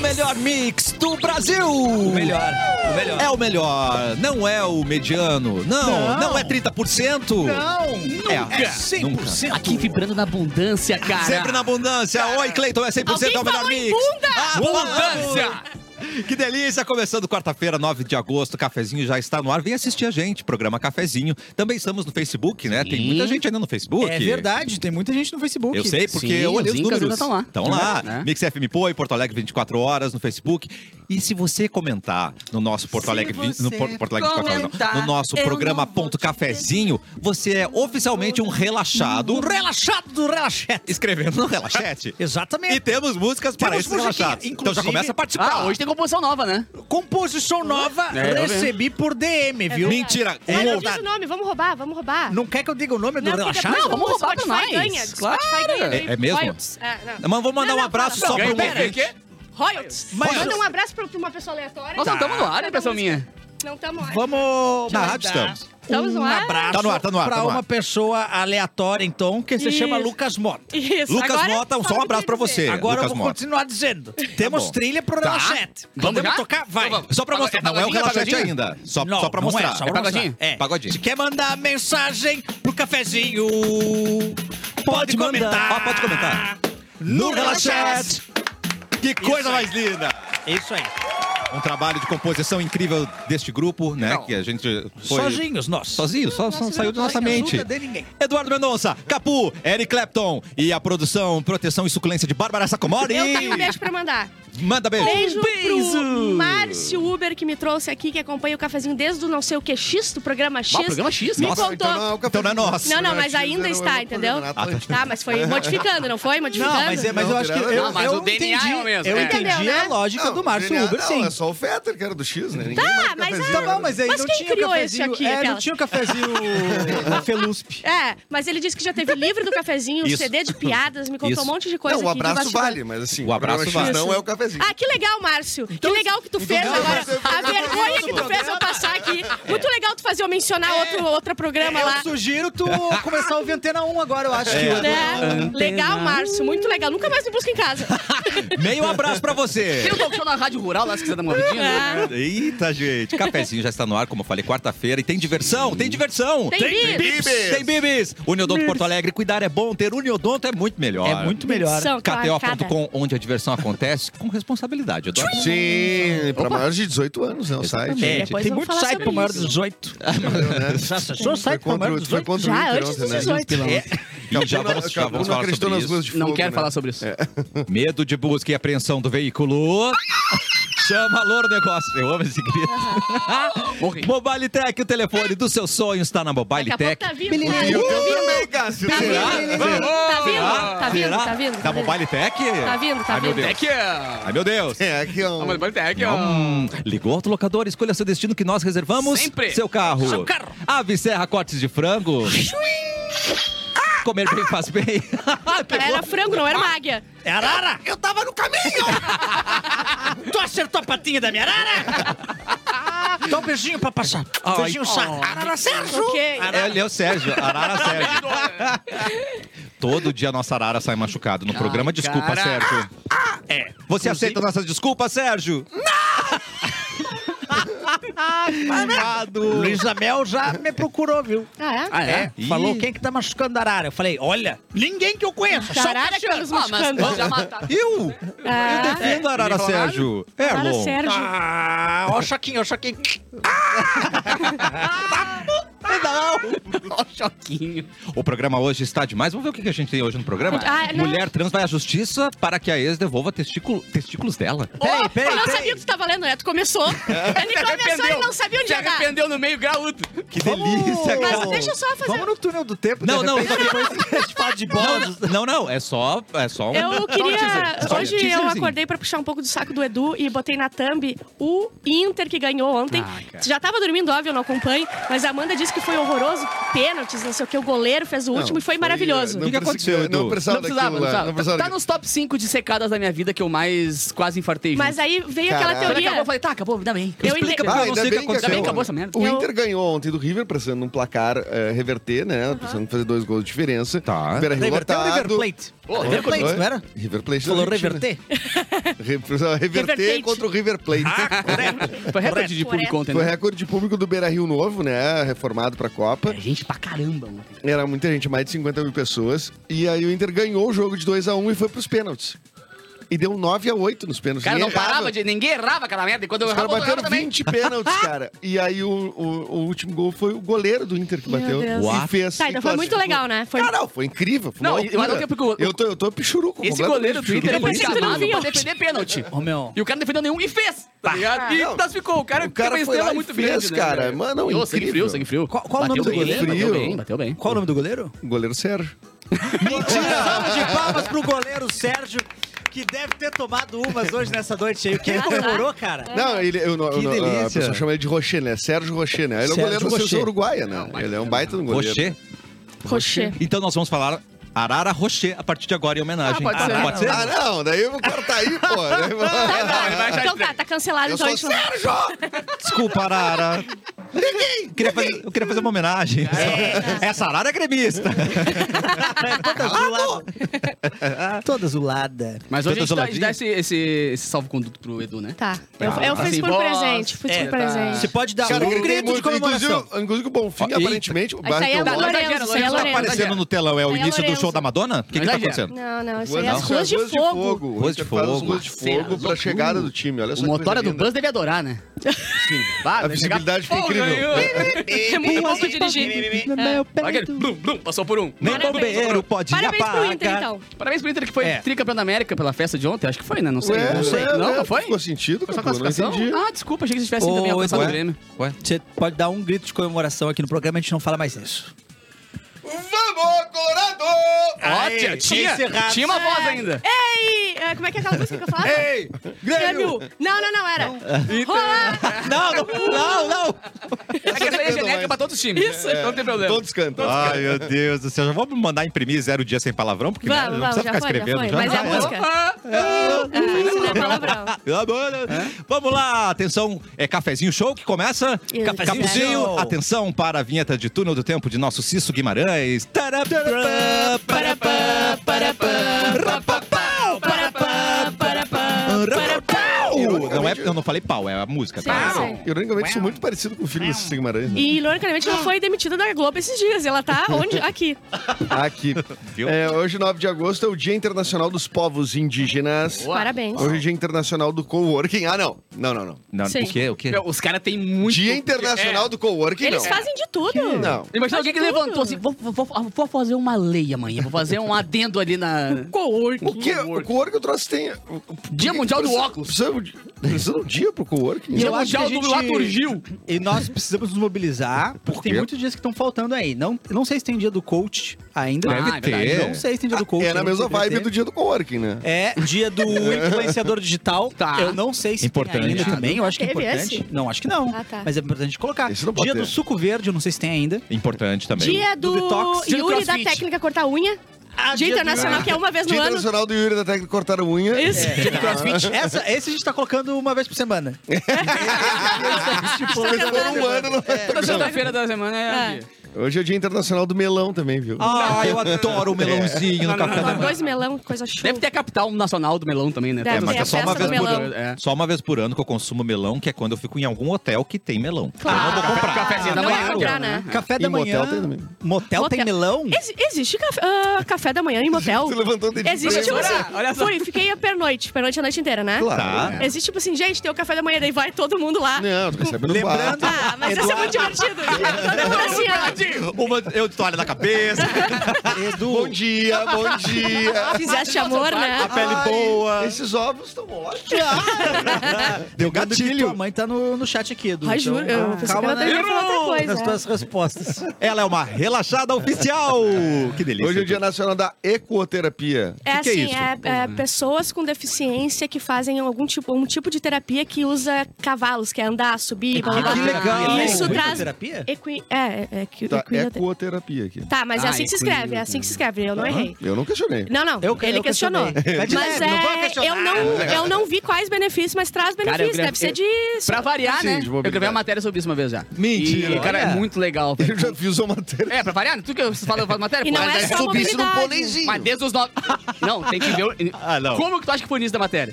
melhor mix do Brasil. O Melhor, o melhor. É o melhor, não é o mediano. Não, não, Não. é 30%. Não, nunca, é 100%. Aqui vibrando na abundância, cara. Sempre na abundância. Oi, Cleiton, é 100% Alguém é o melhor falou em mix. bunda? Ah, Abundância! falamos. Que delícia! Começando quarta-feira, 9 de agosto, Cafezinho já está no ar. Vem assistir a gente, programa Cafezinho. Também estamos no Facebook, né? Tem Sim. muita gente ainda no Facebook. É verdade, tem muita gente no Facebook. Eu sei, porque Sim, eu olhei os os Incas números. ainda estão lá. Estão lá. Né? Mix FM Poi, Porto Alegre 24 horas, no Facebook. E se você comentar no nosso Porto Se Alegre, vi- no você Por- Porto Alegre 24 horas, comentar, não, no nosso eu programa não vou Ponto te Cafezinho, você é oficialmente um relaxado. É, Um relaxado do relaxete. Escrevendo no relaxete. Exatamente. E temos músicas para Temos esse musiquinha, relaxado. Então já inclusive- começa a participar. tá Ah, hoje tem composição nova, né? Composição nova, É, tô recebi por DM, viu? verdade. Mentira. É Mas não verdade. diz o nome, vamos roubar, vamos roubar. Não quer que eu diga o nome do Não, porque relaxado? depois Não, vamos o roubar pra Spotify nós. ganha. Claro. Spotify ganha. É- é mesmo? Royalties. É, não. Mas vou mandar Não, um não, abraço fala, só fala. para um Pera, ouvinte. quê? Royalties. Mas- Manda um abraço pra uma pessoa aleatória. Nós não estamos no ar, Cada impressão música. minha. Não estamos no ar. Vamos Na mandar rádio estamos. Estamos um no ar? abraço Tá no ar, tá no ar, pra tá no ar. uma pessoa aleatória, então, que se Isso. chama Lucas Mota. Isso. Lucas agora, Mota, um- só um pode abraço pra você. dizer. Agora Lucas eu vou Mota. continuar dizendo. Temos bom. trilha pro Tá. relaxete. Vamos Podemos já? tocar? Vai. Então vamos. Só para mostrar. Não é o Pagodinho, relaxete pagodinho? ainda. Só, Não, só para não é, mostrar. só É pra pagodinho? mostrar. É. Pagodinho. Se quer mandar mensagem pro cafezinho, Pode pode mandar. comentar. Ó, pode comentar. No relaxete. relaxete. Que coisa aí. mais linda. Isso aí. Um trabalho de composição incrível deste grupo, né? Não. Que a gente foi... Sozinhos nós. Sozinho, só, só Nossa, saiu da não nossa tem mente. ajuda de ninguém. Eduardo Mendonça, Capu, Eric Clapton e a produção, proteção e suculência de Bárbara Sacomori. Eu tenho um beijo pra mandar. Manda beijo. Beijo, pro Márcio Uber, que me trouxe aqui, que acompanha o cafezinho desde o não sei o que X, do programa X. Bah, programa X, Me nossa. contou. é o café Então não é com leite. nosso. Não, não, mas Antes era ainda o está, entendeu? programa na Atlântida. Tá, mas foi modificando, não foi? Modificando? Não, mas, é, mas Não, eu acho que tiraram- eu, Não, mas eu o DNA é o entendi, mesmo, Eu é. entendi Entendeu, né? a lógica Não, do Márcio DNA, Uber, não, sim. É só o Fetter, que era do X, né? Ninguém Tá, marca mas cafezinho, Tá né? bom, mas aí Mas não quem tinha criou cafezinho, esse aqui, é, não aquela? tinha o cafezinho Felusp. É, mas ele disse que já teve livro do cafezinho, Isso. CD de piadas, me contou Isso. um monte de coisa Não, o aqui de abraço bastidor. vale, mas assim, O abraço programa X vale. não é o cafezinho. Ah, que legal, Márcio. que legal que tu fez então- agora. Não, mas eu- A vergonha que tu fez eu passar aqui. Muito legal tu fazer eu mencionar outro, outro programa lá. É. Eu sugiro tu começar a ouvir Antena 1 agora, eu acho que... um. Né? Legal, Márcio. Muito legal. Nunca mais me busca em casa. Meio abraço pra você. Tem um talk show na Rádio Rural lá, se quiser dar uma vidinha. né? Ah, Eita, gente. Cafezinho já está no ar, como eu falei, quarta-feira. E tem diversão, tem diversão. Tem Tem bibis. bibis. Tem bibis. Uniodonto Porto Alegre. Cuidar é bom, ter Uniodonto é muito melhor. É muito melhor. São Cada. KTO.com, onde a diversão acontece com responsabilidade. Eu dou- Sim, pra maiores de 18 anos, né? O site. É, Depois tem vamos muito falar site sobre pro maior isso. de 18. Nossa, só Foi site pro contra, maior o- de foi 18. contra Já o Inter antes ontem, dos né? É, 18. E já vamos, já vamos não falar acreditou sobre nas isso. ruas de fogo, Não quero né? falar sobre isso. Medo de busca e apreensão do veículo. Chama Louro Negócio. Eu amo esse grito. Morri. Mobile Tech, o telefone do seu sonho está na Mobile Daqui a pouco Tech. tá vindo. Tá E vindo. o teu também, Cássio. Tá vindo. Será? Tá vindo. Tá vindo. Ah, Será? Tá vindo. Da tá vindo. Mobile Tech? Tá vindo, tá Ai, meu vindo. Deus. que Tá Ai, meu Deus. É, aqui ó. Mas pode ter, é que ó. Hum, ligou autolocador, escolha seu destino que nós reservamos. Sempre. Seu carro. Seu carro. Ave Serra Cortes de Frango. Comer bem faz bem. Ah, Era frango, não era uma águia. É arara? Eu tava no caminho! tu acertou a patinha da minha arara? Dá um beijinho pra passar. Ai. Beijinho, Sara. Arara Sérgio! Ok. Ele é o Sérgio, Arara Sérgio. Todo dia a nossa Arara sai machucado no programa. Desculpa, né? cara. Sérgio. É. Você aceita nossas desculpas, Sérgio? Não! Obrigado. Luísa Mel já me procurou, viu? Ah, é? Ah, é? Ih. Falou quem que tá machucando a arara. Eu falei, olha, ninguém que eu conheço. Só o Arara que Cassiano. nos Ah, mas machucando. pode já matar. Eu? Ah. Eu um. defendo a Arara Ninguém falou Sérgio. Para, Erlon. Sérgio. Ah, ó o choquinho, ó o choquinho. Ó, choquinho. O programa hoje está demais. Vamos ver o que que a gente tem hoje no programa? Ah, não. Mulher trans vai à justiça para que a ex devolva testículo- testículos dela. Peraí, eu peraí, não peraí. sabia que tu tava lendo, né? Tu começou. Ele Se começou e não sabia onde Se ia dar. arrependeu no meio, graúdo. Que delícia, Mas deixa eu só fazer- Vamos no túnel do tempo. Não, de não, repente, Depois a gente fala de bolas. Não, não, é só, é só um... Eu queria. só um Hoje eu teaserzinho. acordei pra puxar um pouco do saco do Edu e botei na thumb o Inter que ganhou ontem. Ah, cara. Já tava dormindo, óbvio, eu não acompanho, mas a Amanda disse que foi horroroso. pênaltis, não sei o que. O goleiro fez o Não, último e foi foi, maravilhoso. não O que que precisa- aconteceu, Edu? Não um é precisava, Não precisava, não daquilo lá, precisava. não precisava Tá nos top 5 de secadas da minha vida que eu mais quase infartei. Mas junto. aí veio aquela Caraca. Quando teoria. acabou, eu falei, tá, acabou, Ah, ainda bem. Eu Explica ainda- pra mim, eu não Ah, ainda sei o que bem que aconteceu. acabou. acabou essa merda. O Eu- Inter ganhou ontem do River, precisando num placar eh, reverter, né? Precisando fazer dois gols de diferença. Tá. River é Reverter ou River Plate? River Plate, não era? River Plate. da Falou Argentina. reverter? Re- Precisava reverter é Revertente. contra o River Plate. Foi recorde de público ontem, Foi né? recorde de público do Beira Rio Novo, né? Reformado pra Copa. É Gente pra caramba, mano. Era muita gente, mais de 50 mil pessoas. E aí o Inter ganhou o jogo de 2x1 e foi pros pênaltis. E deu 9x8 nos O pênaltis. cara Ninguém não errava. parava de. Ninguém errava aquela merda. E quando eu Os errava, caras eu errava bateram também. 20 pênaltis, cara. E aí o, o- o último gol foi o goleiro do Inter que Meu bateu. Deus. E fez. Tá, então e foi muito classificou. legal, né? Foi... assim, Cara, não, foi incrível. Foi Não, uma e- mas ao loucura. tempo que é o- Eu tô, eu tô pichuruco. Esse completamente goleiro do Inter é pichuruco. muito pensei que tu não chamado viu. pra defender pênalti. Ô, meu. E o cara não defendeu nenhum e fez, tá ligado? E Ah, não. classificou. O cara, O cara tem uma foi lá estrela e muito fez, grande, né, cara. velho? Mano, é Ô, sangue incrível. frio, sangue frio. Qual- qual o Bateu nome do bem, né? goleiro? Bateu Frio. bem, bateu bem. Qual o nome do goleiro? Goleiro Sérgio. Salva de palmas pro goleiro Sérgio, que deve ter tomado umas hoje nessa noite aí. O que ele comemorou, cara? É. Não, ele, eu, não- Que eu não- a delícia. pessoa chama ele de Rocher, né? Sérgio Rocher, né? Ele é o Sérgio goleiro da seleção Rocher. uruguaia, né? Ele é um baita de um goleiro. Rocher. Rocher. Então nós vamos falar Arara Rocher a partir de agora em homenagem. Ah, pode ser. pode ser? Ah, não, daí eu vou cortar aí, Tá, pô. tá. Então tá, tá cancelado. Eu Então a sou gente não... Sérgio! Desculpa, Arara. Eu queria fazer, eu queria fazer uma homenagem. Essa Arara é gremista. Toda azulada. Toda azulada. Mas hoje Toda a gente, tá, a gente zoladinha. dá esse, esse, esse salvo-conduto pro Edu, né? Tá. Eu, Tá. eu fiz Assim, por voz, presente. Fiz é, por tá. presente. Você pode dar Cara, um gritei grito de muito. Inclusive, comemoração. inclusive o Bonfim, Ó, aparentemente, o Essa aí é a Bartolomeu- Lorenzo, Lourenzo, isso aí é Lorenzo. Lourenzo. Tá Aparecendo no telão, é o É início do Lourenzo. show da Madonna? O que, que tá Exagero. acontecendo? Não, não, isso Ruas aí é as de- ruas de ruas fogo. Ruas de O Inter faz as fogo. Ruas de Marcelo, fogo pra loucura. chegada do time. Olha só O que coisa motora do né? linda. Buzz deve adorar, né? Sim. Vai, A vai chegar- visibilidade fica Pô, incrível. ganhou. É muito bom de dirigir. Vai aquele blum, blum, passou por um. Nem Parabéns. bombeiro pode Parabéns apagar. pro Inter, então. Parabéns pro Inter que foi É. tricampeão da América pela festa de ontem. Acho que foi, né? Não sei. Ué, não sei. ué, não, ué, não foi? É, Ficou sentido, Foi só Capu, não classificação? entendi. Ah, desculpa. Achei que vocês tivessem também Ô, alcançado o Edu, Grêmio. Ué? Você pode dar um grito de comemoração aqui no programa, a gente não fala mais isso. Vamos, Colorado! Ó, Aê, tinha, tinha, encerrado. tinha uma voz ainda. Ei! é, Como é que é aquela música que eu falava? Ei! Grêmio! Não, não, não, era. Olá! Não, não, não, não. É que essa aí é cantando genérica mais. pra todos os times. É. Isso. Não tem problema. Todos cantam. Ai, meu Deus do céu. Já vamos mandar imprimir zero dia sem palavrão, porque né, Vamos, não vamos, precisa já ficar foi, já escrevendo. foi. Mas é a música. Ah, Ah, Isso não é palavrão. Ah, bora. Vamos lá, atenção, é cafezinho show que começa. Isso, Ca- Cafezinho Capuzinho, show. atenção para a vinheta de túnel do tempo de nosso Cício Guimarães. Tarapá, parapá, parapá, rapapau, parapá, parapá, rapapau. Não é, eu não falei pau, é a música, tá? Sim, sim. Ironicamente, sou muito parecido com o filho do Cícero Guimarães. né? E, ironicamente, ela foi demitida da Globo esses dias. Ela tá onde? Aqui. Aqui. Viu? É, hoje, 9 de agosto, é o Dia Internacional dos Povos Indígenas. Parabéns. Hoje é Dia Internacional do Coworking. Ah, não. Não, não, não. Não, Sim. o quê? O É quê? meu, Os caras têm muito... é. Dia Internacional do Coworking, Eles não. fazem um. de tudo. Não. Imagina alguém que Faz tudo. levantou assim, vou, vou- vou- vou fazer uma lei amanhã, vou fazer um adendo ali na... O que? O coworking eu trouxe tem... Dia Mundial do Precisa- Óculos. Precisa, precisa um dia pro coworking. Dia Não. acho que a Mundial do Laturgil. E nós precisamos nos mobilizar, porque tem quê? muitos dias que estão faltando aí. Não, não sei se tem dia do coach ainda. Ah, Deve é ter. Não sei se tem dia do coach. É na ainda, mesma deveria vibe ter. do dia do coworking, né? É dia do influenciador digital. Tá. Eu não sei se Importante. tem ainda também. Eu acho que é Teve importante. esse? Não, acho que não. Ah, tá. Mas é importante colocar. Esse não pode Dia ter. do suco verde, eu não sei se tem ainda. Importante também. Dia do, Do detox, dia do Yuri da crossfit. técnica cortar unha. Ah, dia dia do- internacional, que é uma vez no Dia ano. Internacional do Yuri da Técnica cortar a unha. É. Isso. Dia do crossfit. Essa, esse a gente tá colocando uma vez por semana. Mas Tá demorou um ano, não vai Toda sexta-feira da semana é... É. Hoje é o Dia Internacional do Melão também, viu? Ah, eu adoro o é melãozinho no café da Ó, manhã. Dois melão, coisa show. Deve ter a capital nacional do melão também, né? Deve É, mas ter é a só uma festa vez do por melão. ano. é. Só uma vez por ano que eu consumo melão, que é quando eu fico em algum hotel que tem melão. Claro. Eu não vou comprar. cafezinho Não da manhã. vai comprar, né? Café E da manhã. motel tem também. Motel tem Motel. melão? Exi- existe café, ah, café da manhã em motel? Tu levantou o dedinho Existe, pra tipo mim. assim, Olha só. fui, fiquei a pernoite, pernoite a noite inteira, né? Claro. Tá. Tá. Existe, tipo assim, gente, tem o café da manhã, daí vai todo mundo lá. Não, tu recebe no bar. Lembrando- Ah, mas isso é muito divertido. Todo mundo assim, ó. Uma, eu de toalha na cabeça, Bom dia, bom dia. Fizeste amor, né? pele boa. Esses ovos estão ótimos. deu Lembrando que Tua mãe tá no, no chat aqui, Edu. então, Ai, juro, eu pensei que calma ela na- até ia falar outra coisa. nas tuas respostas. Ela é uma relaxada oficial. Que delícia. Hoje é o Dia Nacional da Ecoterapia. É Que que é assim, isso? é, é pessoas com deficiência que fazem algum tipo, um tipo de terapia que usa cavalos, que é andar, subir, blá, blá, blá. Ah, Que legal. Isso Ecoterapia? traz. Equi... É, é, é que Tá, Ecoterapia. Ecoterapia aqui. Tá, mas é Ah, assim que se equilíbrio. escreve, é assim que se escreve, eu não errei. Eu não questionei. Não, não, Eu que- ele eu questionou. questionei. Vai de Mas leve, não vai é, questionar. eu, não, eu não vi quais benefícios, mas traz benefícios. gravei- Deve ser eu- de. Pra variar, Sim, né? de Eu mobilidade. gravei uma matéria sobre isso uma vez já. Mentira. E, cara, é Olha. muito legal, velho. Eu já fiz uma matéria. É, pra variar, né? tudo que eu falo, eu falo matéria. E pô, não mas é só um. mobilidade. Mas desde os nove... Não, tem que ver... o- Ah, não. Como que tu acha que foi o início da matéria?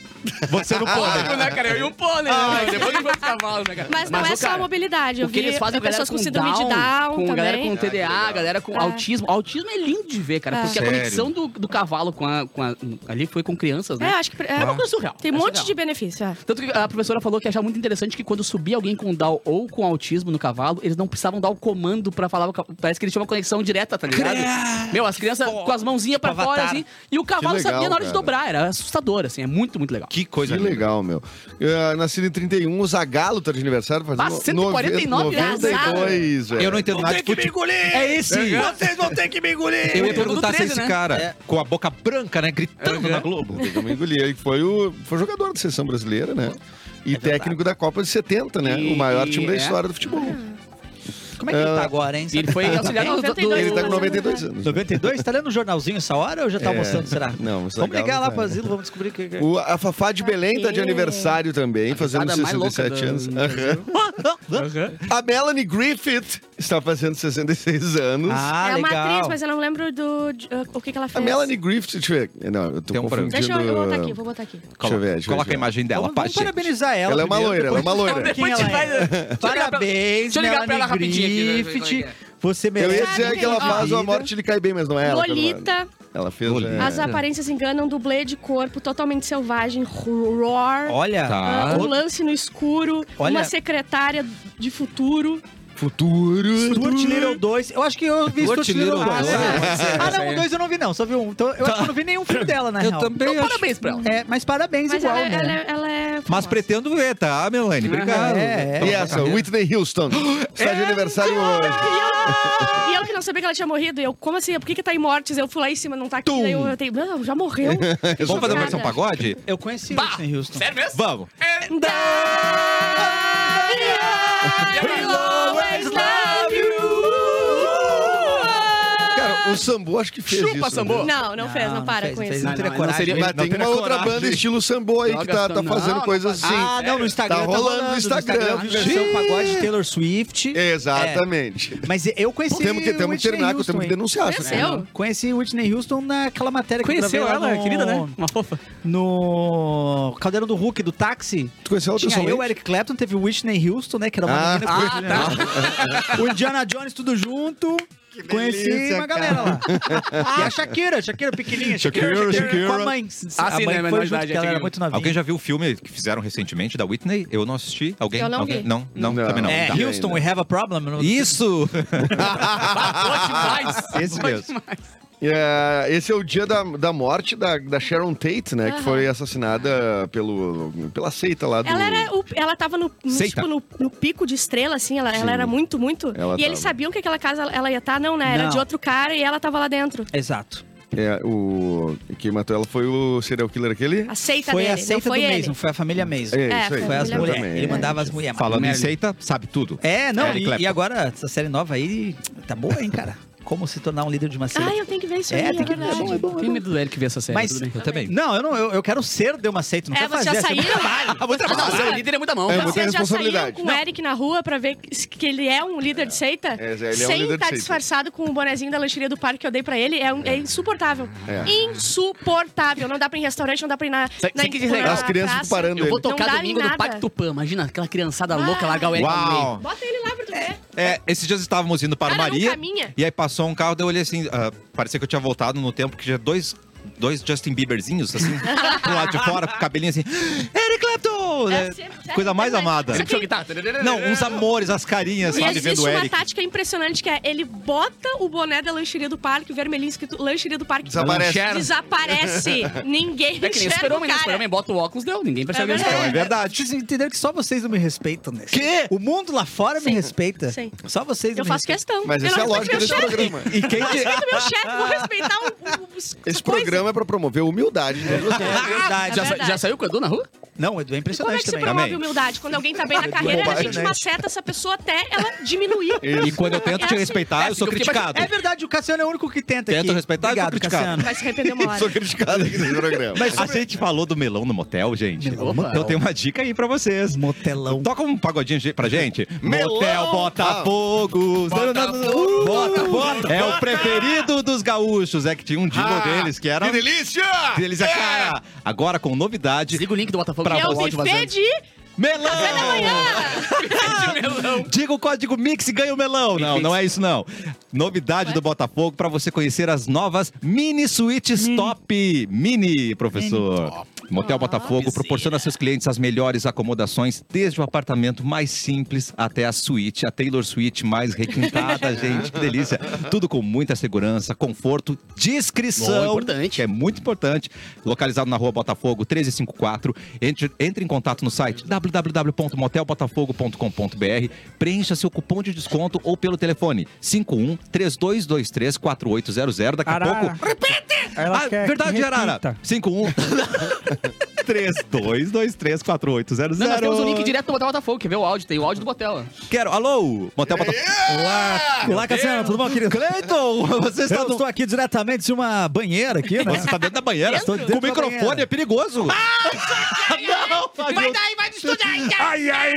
Você não Pônei, pode. né, cara? Eu e um pônei, né? Depois que foi os cavalos, né, cara? Mas não ô, é só cara, a mobilidade. Eu O que vi eles fazem com a galera pessoas com com síndrome de Down com galera também. com TDA, galera com É. autismo. Autismo é lindo de ver, cara, É. porque a Sério? conexão do, do cavalo com a, com a- Ali foi com crianças, É, né? acho que. É, uma coisa surreal. Tem É um monte surreal. de benefício. é. Tanto que a professora falou que achava muito interessante que quando subia alguém com Down ou com autismo no cavalo, eles não precisavam dar o comando pra falar. o ca- Parece que eles tinham uma conexão direta, tá ligado? Meu, as crianças com as mãozinhas pra Tipo fora, Avatar. assim, e o cavalo legal, sabia na hora de cara. dobrar. Era assustador, assim, é muito, muito legal. Que coisa Que linda. legal, meu. Eu, nascido em 31, o Zagalo tá de aniversário. fazendo Ah, 149 90, Zagalo. 92, velho. Eu não entendo Vão nada ter de que me futebol. engolir! É esse. Vocês vão ter que me engolir! Eu É, ia perguntar do se 13, esse né? cara, É. com a boca branca, né, gritando na Globo. Eu me engoli. Ele foi o foi jogador da seleção brasileira, né? É E técnico da Copa de 70, né? E- o maior e- time da é. história do futebol. Como é que ele Ah, tá agora, hein? E ele foi auxiliar do, do, 92 Ele tá com Fazendo- 92 anos. 92? Tá lendo um jornalzinho essa hora ou já tá É. almoçando, será? Não, isso é Vamos legal, ligar lá né? não pro tá. asilo, vamos descobrir o que... é. que- O, a Fafá de Belém é tá de aniversário também, fazendo risada mais louca 67 do- anos. do Aham. A Melanie Griffith está fazendo 66 anos. Ah, é uma legal. atriz, mas eu não lembro do, de- uh, o que, que ela A fez. Melanie Griffith, deixa eu ver. Não, eu tô Tem um branco. confundindo... Deixa eu, eu botar aqui, vou botar aqui. Deixa eu ver, Coloca, deixa eu coloca ver. a imagem dela, Vamos, pá, vamos gente. parabenizar ela. Ela é uma primeiro, loira, ela é uma depois loira. descobre quem Depois ela a gente é. ligar pra- Parabéns, Deixa eu ligar pra ela Melanie rapidinho aqui, né? Griffith. Vai, vai, Você Eu merece. ia dizer que ela faz uma morte de cai bem, mas não é ela. que eu não- Lolita, Ela fez... é, Lolita. as aparências enganam, dublê de corpo totalmente selvagem, roar, Olha, Tá. ah, um o- lance no escuro, Olha. uma secretária de futuro. Futuro. Stuart Little 2. Eu acho que eu vi Stuart Stuart Little Little 2. dois. Ah, não, o 2 eu não vi, não. Só vi um. Então, eu acho que eu não vi nenhum filme dela, na Eu real. também Então, acho. parabéns pra ela. É, mas parabéns Mas igual, ela, né? ela, ela é. Mas famosa. pretendo ver, tá, Melanie? Obrigado. É, é. E essa, Whitney Houston. Está de aniversário hoje. E eu que não sabia que ela tinha morrido. Eu, como assim? Por que, que tá em mortes? Eu fui lá em cima, não tá aqui. Tum. Daí eu, eu tenho, não, já morreu. Vamos fazer uma versão Chocada. pagode? Eu conheci Bah! Whitney Houston. Sério mesmo? Vamos. Cara, o Sambo acho que fez isso. Chupa, né? Sambo. Não, não fez, não, não para fez, com não isso. fez. Não, teria não, não coragem. seria- Mas tem Não, uma outra coragem. banda estilo Sambo aí que tá, tá Não, fazendo não coisas faz- assim. Ah, não, no Instagram Tá rolando no Instagram. Eu vi versão Xiii. pagode de Taylor Swift. Exatamente. Mas eu conheci Temos que, temos Whitney que terminar, que Houston, temos que hein? denunciar. isso, né? Conheceu? Conheci Whitney Houston naquela matéria que eu Conheceu gravei lá ela, no... querida, né? Uma fofa. No Caldeirão do Hulk, do táxi. Tu conheceu ela Tinha eu, pessoalmente? Eric Clapton, teve Whitney Houston, né? Que era uma Ah, menina. que foi- O Indiana Jones, tudo junto. Conheci delícia, uma galera lá. E a Shakira, Shakira pequenininha. Shakira, Com Shakira. a mãe. Ah, a sim, mãe né, menor foi de idade, junto, que ela era antigamente. muito novinha. Alguém já viu o filme que fizeram recentemente da Whitney? Eu não assisti. Alguém? Eu não Alguém? vi. Não, não, Não. também não. É, Tá. Houston, we have a problem. não- Isso! demais. Esse mesmo. É, esse é o dia da, da morte da, da Sharon Tate, né? Que Aham. foi assassinada pelo, pela seita lá do... Ela era. Hum. o- ela tava no, no, Seita. tipo, no, no pico de estrela, assim, ela, ela Sim. era muito, muito. Ela e eles tava. sabiam que aquela casa ela ia estar, não, né? Era Não. de outro cara e ela tava lá dentro. Exato. É, o... Quem matou ela foi o serial killer aquele? A seita Foi dele, a não seita do foi ele. Mason, foi a família Mason. É, isso aí. foi Foi as Família mulheres. Exatamente. Ele mandava as mulheres. Falando em Merda. seita, sabe tudo. É, não, Eric e- e, Clapton. agora essa série nova aí tá boa, hein, cara? Como se tornar um líder de uma seita. Ah, eu tenho que ver isso É, aí, tem que é ver, é verdade. bom, é bom. Tem medo do Eric que vê essa série. Mas- tudo bem. Eu também. Não, eu não, eu, eu quero ser de uma seita, não É, quero vocês fazer já essa- saíram? Ah, Não, ser o líder é muita mão. É, cara. muita Vocês já saíram responsabilidade. com o Eric na rua pra ver que ele é um líder de seita? É, ele é um sem líder de estar seita. disfarçado com o bonezinho da lancheria do parque que eu dei pra ele, é, um- é insuportável. É. Insuportável. Não dá pra ir em restaurante, não dá pra ir na. Sabe- na sabe que na legal? As crianças praça. parando Eu vou ele. Não tocar dá em domingo no nada. Parque Tupã. Imagina aquela criançada louca É, largar o Eric no meio. Uau! Bota ele lá pra tu ver. É, esses dias estávamos indo para Cara, Ah, não Maria caminha. e aí passou um carro, daí eu olhei assim, ah, parecia que eu tinha voltado no tempo que tinha dois, dois Justin Bieberzinhos, assim, pro lado de fora, com o cabelinho assim, Eric Clapton! É, né? sempre- sempre Coisa mais tem mais. amada. Sempre Sabe que guitarra? um Não, uns amores, as carinhas, E sabe, existe vendo o uma Eric. tática impressionante que é ele bota o boné da lancheria do parque, o vermelhinho escrito lancheria do parque. Desaparece. Não enxerga. Desaparece. Ninguém É que nem o enxerga o super-homem, né? O super-homem cara. bota o óculos, deu. Ninguém percebe É isso. verdade. É verdade. Vocês entenderam que só vocês não me respeitam, né? Quê? O mundo lá fora me Sim. respeita. Sim. Só vocês não Eu faço questão. Mas eu essa é a não lógica respeito meu desse chefe. programa. E quem Eu respeito meu chefe, vou respeitar o. o, o- Esse coisa. programa é pra promover a humildade. de todas as respeitam. É verdade. Já, sa- verdade. já saiu com o Edu na rua? Não, é Como é impressionante que se também. promove Também. humildade? Quando alguém tá bem na carreira, a gente Impressionante. maceta essa pessoa até ela diminuir. E quando eu tento É te assim. respeitar, eu sou porque- criticado. É verdade, o Cassiano é o único que tenta Tento aqui. respeitar, eu sou Obrigado, criticado. Cassiano. Vai se arrepender uma hora. Sou criticado aqui nesse programa. Mas a gente falou do melão no motel, gente. Melão. Então tem uma dica aí pra vocês. Motelão. Toca um pagodinho ge- pra gente. Melão. Motel Botafogo. Botafogo. É o preferido dos gaúchos. É que tinha um Ah, jingle deles que era... Que delícia! Eles é. cara. Agora com novidade. Desliga o link do Botafogo. Que pra é o o áudio buffet vazando. de Melão! café da manhã. Diga o código Mix e ganha o melão. Não, não é isso não. Novidade do Botafogo para você conhecer as novas mini suítes top. Hum. Mini, professor. Motel Botafogo proporciona a seus clientes as melhores acomodações, desde o apartamento mais simples até a suíte, a Taylor Suíte mais requintada, gente. Que delícia. Tudo com muita segurança, conforto, discrição. Bom, importante. que é muito importante. Localizado na rua Botafogo 1354. Entre, entre em contato no site www.motelbotafogo.com.br. Preencha seu cupom de desconto ou pelo telefone 51 3223 4800. Daqui a pouco. Ela ah, quer que verdade, Arara. repita. 51 3223 4800. Não, nós temos o link direto do Motel Botafogo. Quer ver o áudio? Tem o áudio do Botel. Quero. Alô, Motel Botafogo. Olá! Olá, Cassiano, tudo bom, querido? Cleiton, você está Eu no... estou aqui diretamente de uma banheira aqui, né? Você está dentro da banheira? Estou dentro Com o da microfone, banheira. é perigoso. não, Vai daí, vai estudar. Ai, ai.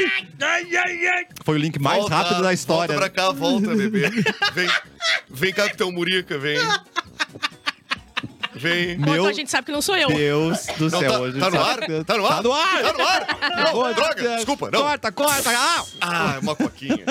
Foi o link mais Volta, rápido da história. Volta pra cá, volta, bebê. Vem, vem Capitão Murica, vem. Vem. Bom, Meu então a gente sabe que não sou eu. Deus do Não, céu. tá, hoje tá no sabe- ar? Tá no ar? Tá no ar. Tá no ar! Não, Hoje- droga, desculpa, não. Corta, corta. Ah. Ah, é uma coquinha.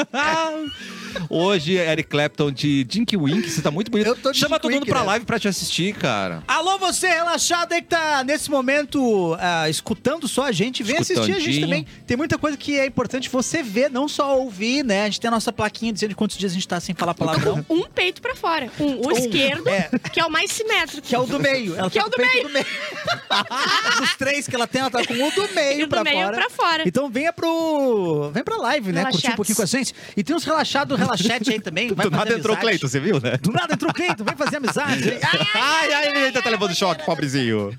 Hoje, Eric Clapton de Dinky Wink. Você tá muito bonito. Eu tô de Chama Dinky todo mundo Wink, pra né? live pra te assistir, cara. Alô, você relaxado aí que tá nesse momento ah, escutando só a gente, vem assistir a gente Escutandinho. também. Tem muita coisa que é importante você ver, não só ouvir, né? A gente tem a nossa plaquinha dizendo quantos dias a gente tá sem falar palavrão. Um peito pra fora. Um, o esquerdo, é. que é o mais simétrico. Que é o do meio. Ela Que tá é o com do peito do meio. Os três que ela tem, ela tá com o do E meio, o do pra, meio fora. pra fora. Então venha pro. Vem pra live, né? Curtir um Relaxados. pouquinho com a gente. E tem uns relaxados, relaxete aí também. Vai Do nada fazer entrou o amizade. Cleiton, você viu, né? Do nada entrou o Cleiton, vem fazer amizade. hein? Ai, ai, ele tá levando choque, pobrezinho.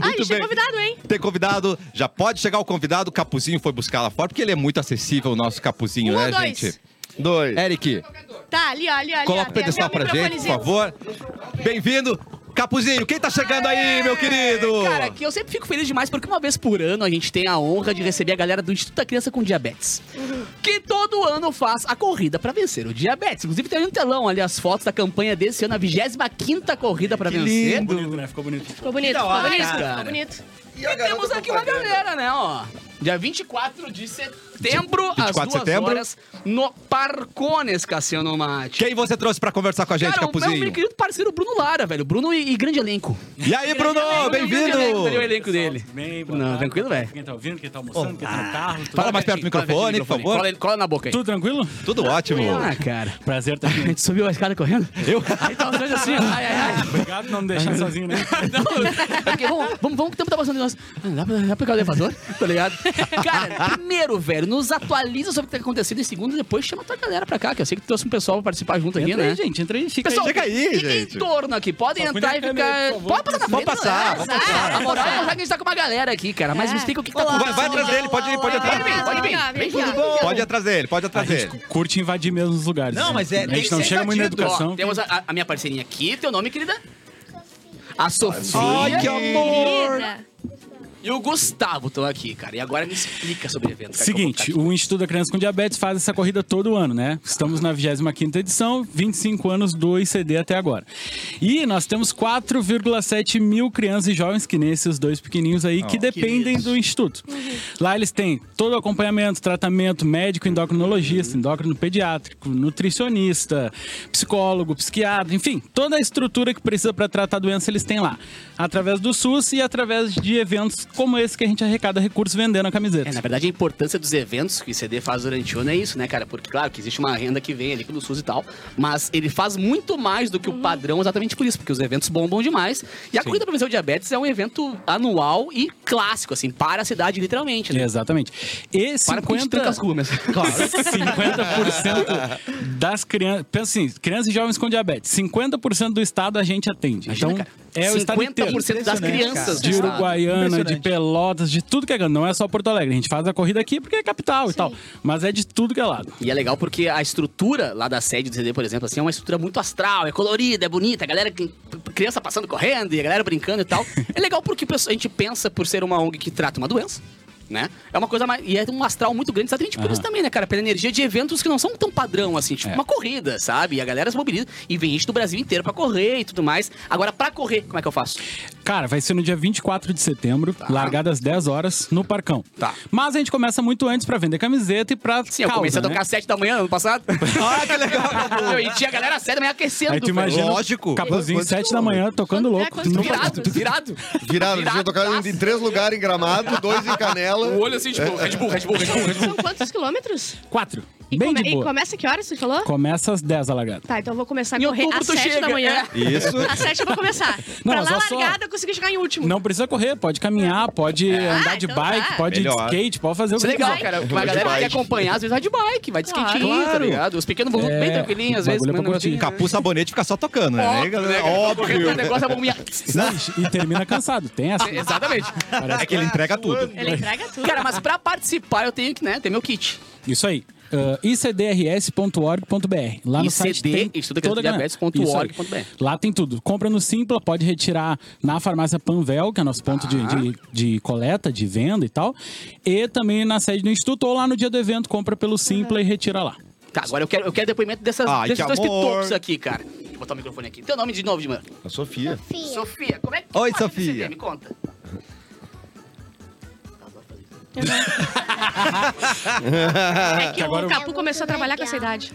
Ah, Muito a gente é bem. convidado, hein? Tem convidado, já pode chegar o convidado. O Capuzinho foi buscar lá fora, porque ele é muito acessível, o nosso Capuzinho, Um né, ou dois? gente? Dois. Eric, Tá, ali, ó, ali, ó, ali. ó. coloca o Tem até pedestal pra gente, por microfonezinho. favor. Bem-vindo, Capuzinho. Quem tá chegando aí, meu querido? Cara, que eu sempre fico feliz demais porque uma vez por ano a gente tem a honra de receber a galera do Instituto da Criança com Diabetes. Que todo ano faz a corrida pra vencer o diabetes. Inclusive tem ali no telão ali as fotos da campanha desse ano, a 25 corrida pra vencer. Lindo. Ficou bonito, Da ficou hora, bonito, cara. ficou bonito. E a E temos aqui uma galera, né, ó. Dia 24 de setembro, 24 às de 2 setembro. horas, no Parcones, Cassiano Mate. Quem você trouxe pra conversar com a gente, Cara, o meu, Capuzinho? meu querido parceiro Bruno Lara, velho. Bruno e, e grande elenco. é E aí, Bruno, Grande elenco, olha o bem-vindo! elenco dele. Tudo bem? Boa Não, tarde. tranquilo, velho. Quem tá ouvindo, quem tá almoçando, quem tá no carro. Tudo, Fala mais perto do microfone, por favor. Cola, cola na boca aí. tudo tranquilo? Tudo ótimo. Tá, Ah, cara. Prazer estar A aqui. gente subiu a escada correndo? Eu? Aí tá os dois assim, ó. Ai, ai, ai. Obrigado por não me deixar sozinho, né? É porque, vamos, vamos, vamos que o tempo tá passando. Nós, Ah, dá, pra, dá pra pegar o elevador? Tá ligado? Cara, primeiro, velho, nos atualiza sobre o que tá acontecendo e segundo, depois chama tua galera pra cá, que eu sei que tu trouxe um pessoal pra participar junto aqui, Entra aí, né? gente. Entra aí. Fica Pessoal, aí. Chega aí, fica gente. em torno aqui. Podem Só cuida entrar e da câmera, ficar. por favor. Pode passar na Pode frente, passar, né? pode passar. A moral é mostrar que a gente tá com uma galera aqui, cara. Mas me explica o que, que tá Vai, acontecendo. vai atrás dele, pode ir, pode ir Vem, vem, atrás. pode vir. Vem cá, vem Vem cá. tudo bom. Pode ir atrás dele, pode ir A atrás dele. gente curte invadir mesmo os lugares. Não, né? mas A é- tem que gente não ser chega muito na invadido. educação. Ó, temos a, a minha parceirinha aqui. Teu nome, querida? A Sofia. Ai, que amor! Querida. E o Gustavo estão aqui, cara. E agora me explica sobre o evento. Cara, que Seguinte, eu vou o Instituto da Criança com Diabetes faz essa corrida todo ano, né? Estamos na 25ª edição, 25 anos do ICD até agora. E nós temos 4,7 mil crianças e jovens, que nem esses dois pequenininhos aí, Oh, que dependem do Instituto. Lá eles têm todo o acompanhamento, tratamento médico, endocrinologista, Uhum. endócrino pediátrico, nutricionista, psicólogo, psiquiatra, enfim, toda a estrutura que precisa para tratar a doença eles têm lá. Através do SUS e através de eventos como esse que a gente arrecada recursos vendendo a camiseta. É, na verdade, a importância dos eventos que o ICD faz durante o ano é isso, né, cara? Porque, claro, que existe uma renda que vem ali pelo SUS e tal, mas ele faz muito mais do que o padrão exatamente por isso, porque os eventos bombam demais. E a Corrida para Vencer o Diabetes é um evento anual e clássico, assim, para a cidade, literalmente, É né? Exatamente. E Para porque a gente 50... tranca as ruas, mas... Claro. 50% das crianças. Pensa assim, crianças e jovens com diabetes. 50% do estado a gente atende. Imagina, então, né, cara. É o estado inteiro. 50% das Impressionante, crianças de do estado. Uruguaiana, de Impressionante. Pelotas, de tudo que é canto. Não é só Porto Alegre. A gente faz a corrida aqui porque é capital e tal. Mas é de tudo que é lado. E é legal porque a estrutura lá da sede do CD, por exemplo, assim, é uma estrutura muito astral, é colorida, é bonita, a galera, criança passando correndo e a galera brincando e tal. é legal porque o pessoal- a gente pensa por ser uma ONG que trata uma doença. Né? É uma coisa mais. E é um astral muito grande, exatamente por Aham. isso também, né, cara? Pela energia de eventos que não são tão padrão assim, tipo É. uma corrida, sabe? E a galera se mobiliza e vem gente do Brasil inteiro pra correr e tudo mais. Agora, pra correr, como é que eu faço? Cara, vai ser no dia 24 de setembro, largada às 10 horas, no Parcão. Tá. Mas a gente começa muito antes pra vender camiseta e pra Sim, eu causa, comecei a né? tocar às 7 da manhã ano passado. Ah, que legal! e tinha a galera séria me aquecendo. Aí tu velho. imagina, Lógico. capuzinho, Quanto- 7 da manhã, tocando Quanto- é, louco. quanto- Não- Virado, virado. Viraram, eles já tocaram em, em três lugares em Gramado, dois em Canela. O olho assim, tipo, Red Bull, Red Bull, Red Bull. Red Bull. São quantos quilômetros? Quatro. E, Bem come- de e boa. começa que horas, você falou? Começa às 10 a largada. Tá, então eu vou começar a Em correr outubro às tu 7 da chega, é. manhã. Isso. Às 7 eu vou começar. Não, pra mas lá, olha só. largada, eu consegui chegar em último. Não precisa correr, pode caminhar, pode andar de então bike, tá. pode Melhor. de skate, pode fazer o Isso que é legal, quiser. cara. A galera que quer acompanhar, às vezes vai de bike, vai de Claro. skatinho, tá ligado? Os pequenos vão É, bem tranquilinhos, às o vezes. bagulho é comendo pacotinho. um Capu sabonete fica só tocando, né? Óbvio, né, cara? Correndo, O Óbvio. negócio é bom minha... Não, e- e termina cansado. Tem essa. Exatamente. É que ele entrega tudo. Ele entrega tudo. Cara, mas pra participar eu tenho que, né, ter meu kit. Isso aí. Uh, icdrs.org.br. Lá no ICD, site tem Instituto toda a galera. Diabetes.org.br. Isso aí. Lá tem tudo. Compra no Simpla, pode retirar na farmácia Panvel, que é nosso ponto de, de- de coleta, de venda e tal. E também na sede do Instituto ou lá no dia do evento, compra pelo Simpla e retira lá. Tá, agora eu quero, eu quero depoimento dessas, Ai, desses que dois amor. pitocos aqui, cara. Deixa eu botar o microfone aqui. Teu nome de novo, de mano. A Sofia. Sofia, como é que... Oi, como é que Sofia. você vê? Me conta. É que agora o eu- Capu começou a trabalhar com essa idade.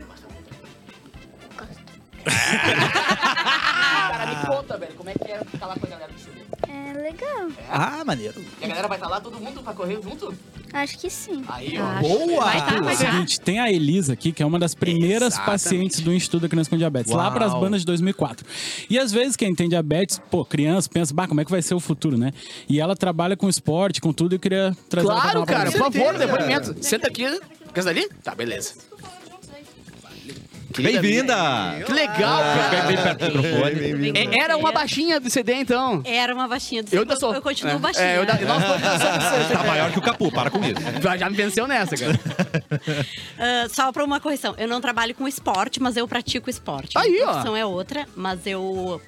Cara, me conta, velho, como é que é ficar lá com a galera do chuveiro? É legal. Ah, maneiro. E a galera vai estar lá, todo mundo vai correr junto? Acho que sim. Aí, ó. Boa! Vai Ah, um tá, É o vai tá. seguinte, tem a Elisa aqui, que é uma das primeiras Exatamente. pacientes do Instituto da Criança com Diabetes, lá para as bandas de 2004. E às vezes quem tem diabetes, pô, criança, pensa, bah, como é que vai ser o futuro, né? E ela trabalha com esporte, com tudo, e eu queria trazer ela tá pra falar Claro, pra cara, nós. por favor, depoimento. Senta aqui. Quer dali? Tá, beleza. Querida Bem-vinda! minha. Que legal, cara. É, Era uma baixinha do CD, então. Era uma baixinha. Eu ainda sou. Eu continuo É, baixinha. É, eu ainda- nós dois somos- Tá maior que o Capu, para com isso. Já- Já me venceu nessa, cara. Ah, só pra uma correção. Eu não trabalho com esporte, mas eu pratico esporte. Tá Aí, ó. A profissão é outra, mas eu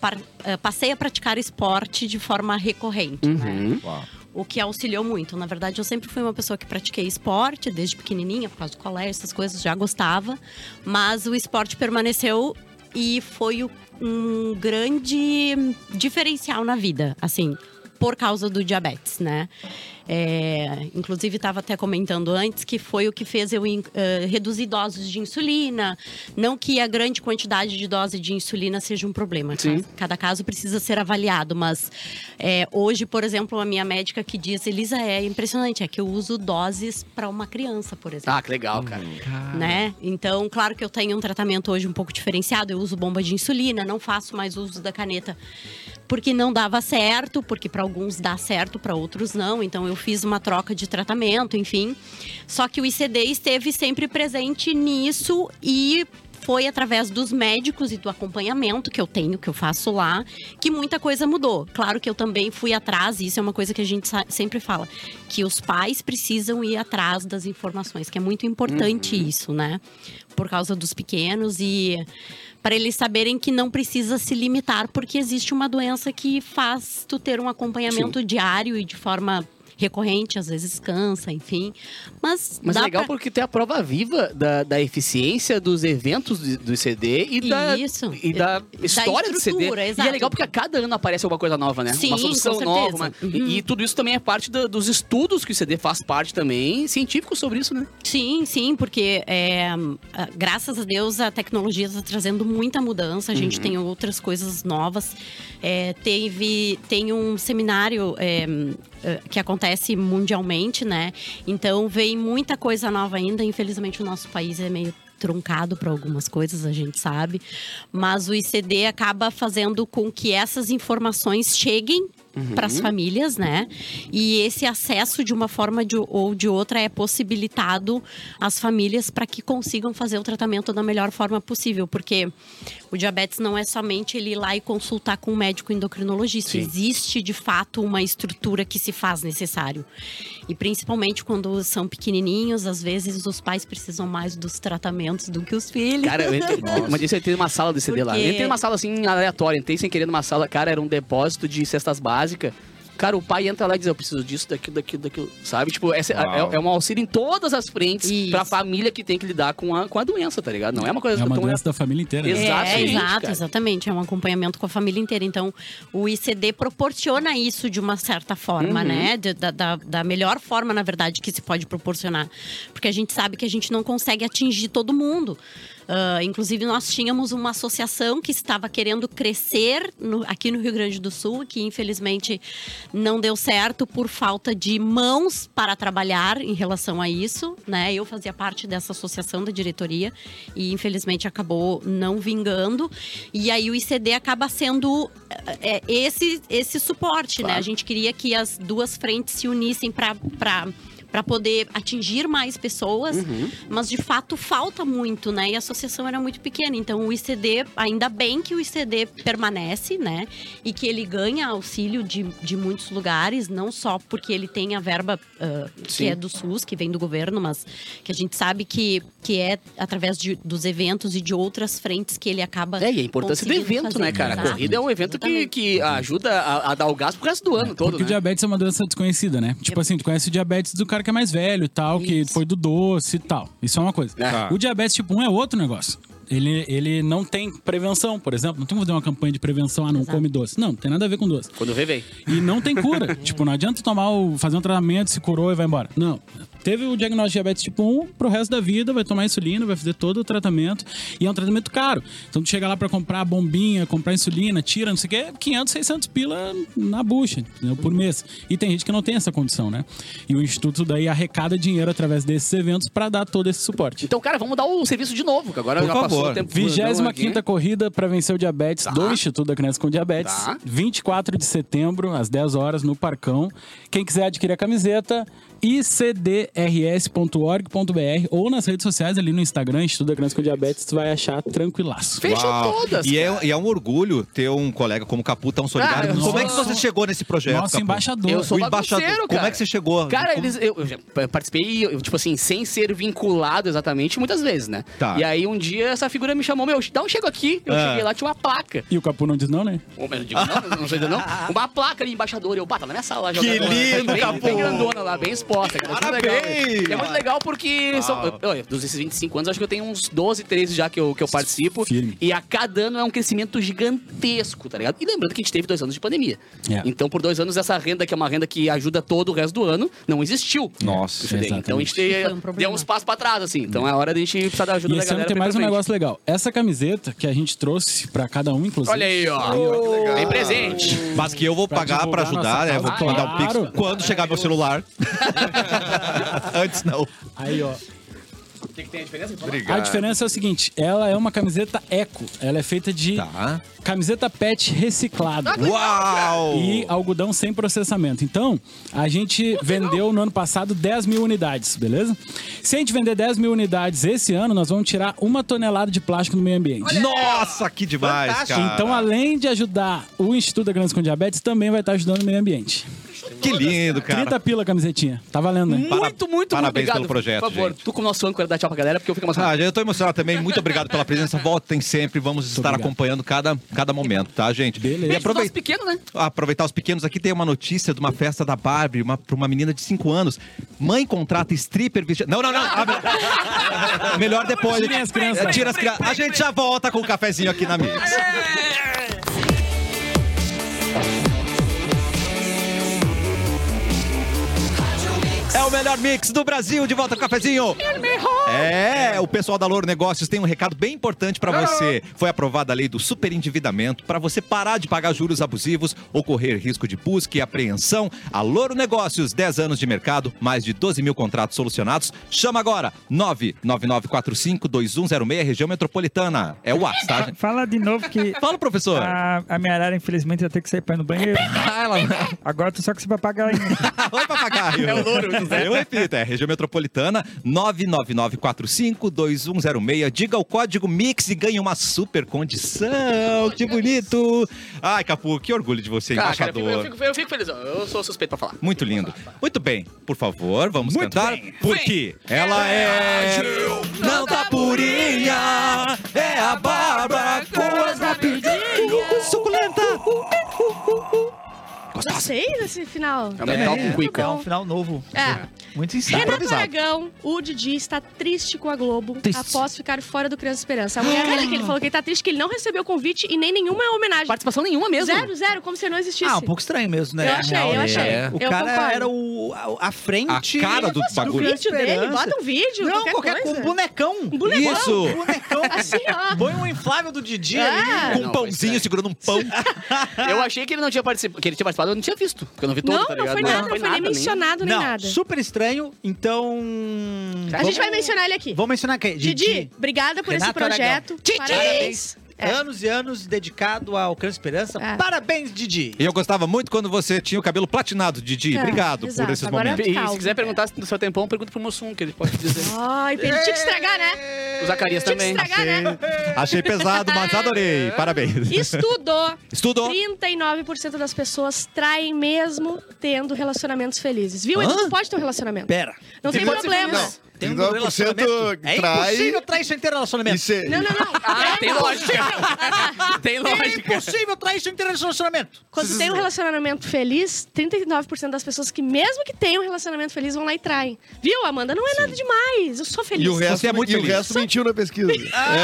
par- ah, passei a praticar esporte de forma recorrente, né? Uhum. O que auxiliou muito. Na verdade, eu sempre fui uma pessoa que pratiquei esporte, desde pequenininha, por causa do colégio, essas coisas, já gostava. Mas o esporte permaneceu e foi o- um grande diferencial na vida, assim, por causa do diabetes, né? É, inclusive, estava até comentando antes que foi o que fez eu in- eh, reduzir doses de insulina. Não que a grande quantidade de dose de insulina seja um problema. Sim. Cada, cada caso precisa ser avaliado. Mas eh, hoje, por exemplo, a minha médica que diz, Elisa, é impressionante, é que eu uso doses para uma criança, por exemplo Ah, que legal, cara. né? Então, claro que eu tenho um tratamento hoje um pouco diferenciado. Eu uso bomba de insulina, não faço mais uso da caneta porque não dava certo, porque para alguns dá certo, para outros não. Então, eu fiz uma troca de tratamento, enfim. Só que o ICD esteve sempre presente nisso e foi através dos médicos e do acompanhamento que eu tenho, que eu faço lá, que muita coisa mudou. Claro que eu também fui atrás, e isso é uma coisa que a gente sa- sempre fala, que os pais precisam ir atrás das informações, que é muito importante Uhum. isso, né? Por causa dos pequenos e para eles saberem que não precisa se limitar, porque existe uma doença que faz tu ter um acompanhamento diário e de forma recorrente, às vezes cansa, enfim. Mas, Mas dá é legal pra... porque tem a prova viva da, da eficiência dos eventos de- do CD e da, Isso. e da história do CD. estrutura, E é exato. legal porque a cada ano aparece alguma coisa nova, né? Sim, uma com solução certeza. Uhum. nova. uma- e- E, tudo isso também é parte da- dos estudos que o CD faz parte também, científicos sobre isso, né? Sim, sim, porque é, ah, graças a Deus a tecnologia está trazendo muita mudança. A gente tem outras coisas novas. É, teve tem um seminário é, eh, que acontece mundialmente, né? Então vem muita coisa nova ainda. Infelizmente o nosso país é meio truncado para algumas coisas, a gente sabe, mas o ICD acaba fazendo com que essas informações cheguem para as famílias, né? E esse acesso, de uma forma de- ou de outra, é possibilitado às famílias para que consigam fazer o tratamento da melhor forma possível, porque o diabetes não é somente ele ir lá e consultar com um médico endocrinologista. Existe, de fato, uma estrutura que se faz necessário. E principalmente quando são pequenininhos, às vezes os pais precisam mais dos tratamentos do que os filhos. Cara, eu entrei, uma vez eu entrei numa sala do CD lá. Eu Porque- entrei numa sala assim, aleatória. Entrei sem querer numa sala, cara, era um depósito de cestas básicas. Cara, o pai entra lá e diz, eu preciso disso, daquilo, daquilo, daquilo. Sabe? Tipo, essa Uau. é, é um auxílio em todas as frentes Isso. pra família que tem que lidar com a, com a doença, tá ligado? Não é uma coisa É uma tão... doença da família inteira. né? É, Exatamente, exato, cara. exatamente. É um acompanhamento com a família inteira. Então, o ICD proporciona isso de uma certa forma, Uhum. né? De- Da, da- da melhor forma, na verdade, que se pode proporcionar. Porque a gente sabe que a gente não consegue atingir todo mundo. Ah, inclusive, nós tínhamos uma associação que estava querendo crescer no- aqui no Rio Grande do Sul, que infelizmente não deu certo por falta de mãos para trabalhar em relação a isso, né? Eu fazia parte dessa associação da diretoria e infelizmente acabou não vingando. E aí o ICD acaba sendo é, é, esse esse suporte, né? A gente queria que as duas frentes se unissem para para poder atingir mais pessoas, Uhum. mas de fato falta muito, né? E a associação era muito pequena, então o ICD, ainda bem que o ICD permanece, né? E que ele ganha auxílio de, de muitos lugares, não só porque ele tem a verba ah, que Sim. é do SUS, que vem do governo, mas que a gente sabe que, que é através de- dos eventos e de outras frentes que ele acaba. É, e a importância do conseguindo evento, fazer. né, cara? A Exato. corrida é um evento que, Exatamente. que ajuda a, a dar o gás pro resto do ano todo, Porque o né? diabetes é uma doença desconhecida, né? Tipo assim, tu conhece o diabetes do cara que é mais velho e tal, que Isso. foi do doce e tal. Isso é uma coisa. Tá. O diabetes tipo 1 é outro negócio. Ele, ele não tem prevenção, por exemplo. Não tem como fazer uma campanha de prevenção, ah, não come doce. Não, não tem nada a ver com doce. Quando vê, vem. E não tem cura. tipo, não adianta tomar o, fazer um tratamento, se curou e vai embora. Não. Teve o diagnóstico de diabetes tipo 1, pro resto da vida, vai tomar insulina, vai fazer todo o tratamento. E é um tratamento caro. Então tu chega lá pra comprar bombinha, comprar insulina, tira, não sei o quê, 500, 600 pila na bucha, entendeu? Por mês. E tem gente que não tem essa condição, né? E o Instituto daí arrecada dinheiro através desses eventos pra dar todo esse suporte. Então, cara, vamos dar o serviço de novo, que agora Por já passou favor. o tempo. 25 corrida para vencer o diabetes do Instituto da Criança com Diabetes. Tá. 24 de setembro, às 10 horas, no Parcão. Quem quiser adquirir a camiseta, icdrs.org.br ou nas redes sociais, ali no Instagram, Instituto da Criança com Diabetes, tu vai achar tranquilaço. Fechou Uau. todas. E é, e é um orgulho ter um colega como Capu tão solidário. Ah, eu Como sou- é que você chegou nesse projeto, Nosso Capu? embaixador. Eu sou o embaixador. bagunceiro, Como cara. é que você chegou? Cara, Como- eles, eu, eu já participei, eu, tipo assim, sem ser vinculado exatamente, muitas vezes, né? Tá. E aí um dia essa figura me chamou, meu, dá um chego aqui. Eu Ah. cheguei lá, tinha uma placa. E o Capu não diz não, né? Ou melhor, digo, não, não sei dizer Ah, não. Uma placa de embaixador. Eu, bata na minha sala. jogando Que lá. lindo, bem, capô. bem grandona lá, bem exposta. Cara. Isso é muito Parabéns. legal. E É muito legal porque Ah. são, eu, eu, dos esses 25 anos, acho que eu tenho uns 12, 13 já que eu, que eu participo. Firme. E a cada ano é um crescimento gigantesco, tá ligado? E lembrando que a gente teve dois anos de pandemia. É. Então, por dois anos, essa renda, que é uma renda que ajuda todo o resto do ano, não existiu. Nossa, Entendeu? Então a gente Foi um problema. deu uns passos pra trás, assim. Então é hora de a gente precisar da ajuda E da esse ano galera. tem pra ir mais um pra frente. negócio legal. Essa camiseta que a gente trouxe para cada um, inclusive. Olha aí, ó. Tem presente. Mas que eu vou Pra pagar pra divulgar ajudar, nossa né? Vou causa, mandar um pix claro. quando chegar meu celular. Antes não. Aí, ó. Obrigado. A diferença é o seguinte, ela é uma camiseta eco. Ela é feita de Tá. camiseta pet reciclada. Uau! E algodão sem processamento. Então, a gente vendeu no ano passado 10 mil unidades, beleza? Se a gente vender 10 mil unidades esse ano, nós vamos tirar uma tonelada de plástico do meio ambiente. Nossa, que demais, cara. Então, além de ajudar o Instituto da Criança com Diabetes, também vai estar ajudando o meio ambiente. que lindo, cara. 30 pila a camisetinha. Tá valendo, Hum. né? Para- Muito, muito, parabéns muito obrigado. pelo projeto, Por favor, gente. tu como nosso âncora dá tchau pra galera, porque eu fico Ah, emocionado. eu tô emocionado também. Muito obrigado pela presença. Voltem sempre. Vamos estar obrigado. acompanhando cada, cada momento, tá, gente? Beleza. E Beijo pro aproveitar. nosso pequeno, né? aproveitar os pequenos aqui, tem uma notícia de uma festa da Barbie uma, pra uma menina de 5 anos. Mãe contrata stripper vestida. Não, não, não. Abre. Melhor depois. É, Tirem as crianças. Tira as crianças. A gente já volta com o cafezinho aqui na mesa. É o melhor mix do Brasil, de volta com o cafezinho. É, o pessoal da Louro Negócios tem um recado bem importante pra você. Foi aprovada a lei do superendividamento para você parar de pagar juros abusivos ou correr risco de busca e apreensão. A Louro Negócios, 10 anos de mercado, mais de 12 mil contratos solucionados. Chama agora, 99945-2106, região metropolitana. É o WhatsApp, tá? gente? Fala de novo que. Fala, professor. A, a minha arara, infelizmente, vai ter que sair pra ir no banheiro. Agora eu tô só com esse papagaio ainda. Oi, Tá papagaio. É o louro, José. Eu repito, é região metropolitana 999452106. Diga o código MIX e ganhe uma super condição. Que bonito. Ai, Capu, que orgulho de você, Ah, cara, eu, fico, eu, embaixador. fico, eu fico feliz. ó. Eu sou suspeito pra falar. Muito lindo. Muito bem, por favor, vamos cantar. Porque ela é. Não tá purinha, é a Bárbara Coas rapidinho. Suculenta. Gostei desse final. É um metal com cuica. É um final novo. É. Muito Renato insatisfatório. Aragão, o Didi, está triste com a Globo Triste. Ah. após ficar fora do Criança Esperança. A mulher dele que ele falou que ele tá triste, que ele não recebeu o convite e nem nenhuma homenagem. Participação nenhuma mesmo. Zero, zero, como se ele não existisse. Ah, um pouco estranho mesmo, né? Eu achei, eu É. achei. O Eu cara concordo. era o, a, a frente. A cara do Fosse bagulho. Um vídeo dele, Esperança. bota um vídeo, Não, qualquer, qualquer coisa. um bonecão. Um bonecão. Isso. Um bonecão. Assim, ó. Põe um inflável do Didi É. ali. Com um Não, pãozinho segurando um pão. Eu achei que ele não tinha participado. Que ele tinha participado, eu não tinha visto. Porque eu não vi todo, Não, tá não ligado? foi nada, não foi nem mencionado, nem Não, nada. super estranho. Então. A gente vai mencionar ele aqui. Vamos mencionar quem? Didi, obrigada por esse Renato projeto. Aragão. Didi! Parabéns. É. Anos e anos dedicado ao Criança Esperança. É. Parabéns, Didi. E eu gostava muito quando você tinha o cabelo platinado, Didi. É, Obrigado por exato. esses Agora- momentos. E se quiser perguntar do seu tempão, pergunta pro Mussum, que ele pode dizer. Ai, ele tinha que estragar, né? O Zacarias Tinha que também. estragar, né? Achei pesado, mas adorei. Parabéns. Estudou. Estudou. 39% das pessoas traem mesmo tendo relacionamentos felizes. Viu? Edu, Hã? tu pode ter um relacionamento. Pera. Não tem pode ser problema. feliz. Tem um 39% relacionamento. É trai- impossível trair sem ter relacionamento. E cê- Não, não, É, não. Ah, tem lógica. Tem É lógica. impossível trair sem ter relacionamento. Quando tem um relacionamento feliz, 39% das pessoas que, mesmo que tenham um relacionamento feliz, vão lá e traem. Viu, Amanda? Não é nada demais. Eu sou feliz. E o resto, Você é muito e o feliz. resto mentiu na pesquisa. Ah,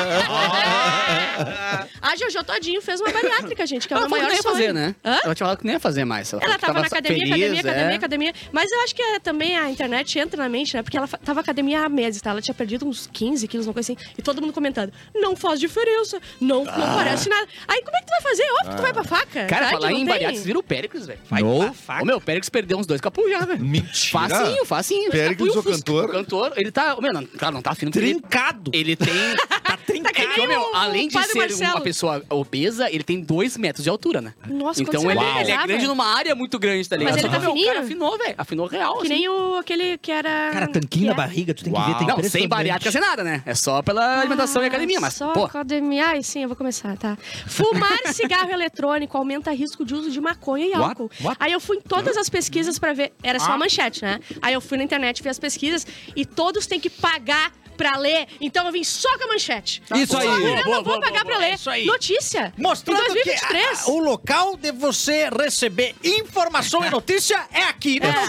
É, A Jojo Todinho fez uma bariátrica, gente, que é Ela uma falou que maior não ia sonho. fazer, né? Hã? Ela tinha falado que não ia fazer mais. Ela falou que tava na academia, feliz, academia, academia, é. academia. Mas eu acho que é, também a internet entra na mente, né? Porque ela fa- tava academia há meses, tá? Ela tinha perdido uns 15 quilos, uma coisa assim. E todo mundo comentando, não faz diferença, não, não parece nada. Aí como é que tu vai fazer? Óbvio que tu vai pra faca. Ah. Cara, sabe? falar Não em tem. bariátrica, vocês viram o Péricles, velho? Vai No. pra faca. Ô, meu, o Péricles perdeu uns dois capuz já, velho. Mentira. Facinho, facinho. Péricles, Capu e o Fusca. cantor? O cantor, ele tá... ô, Meu, não, claro, não tá afim. porque ele- Trincado. Ele tem... tá Tá que nem Ô, meu, o- além o de padre ser Marcelo. uma pessoa obesa, ele tem dois metros de altura, né? Nossa, quando então você ele, olha, ele é pesava. grande numa área muito grande, tá ligado? Mas ele tá Então, meu, o cara fininho? afinou, velho. Afinou real, Que assim. nem o, aquele que era... Cara, tanquinho na que é- barriga, tu tem Ah, que Uau. ver. Tem Não, sem bariátrica, sem nada, né? É só pela alimentação e academia, mas, Ah, Só pô... academia. Ai, sim, eu vou começar, tá? Fumar cigarro eletrônico aumenta risco de uso de maconha e What? álcool. What? Aí eu fui em todas as pesquisas pra ver. Era só a manchete, né? Aí eu fui na internet ver as pesquisas e todos têm que pagar pra ler. Então eu vim só com a manchete. Isso Só aí. a grana, Boa, eu boa, vou boa, pagar boa, pra boa. ler. Isso aí. Notícia. Mostrando em 2023. que a- a- o local de você receber informação e notícia é aqui. É. né? Não, não,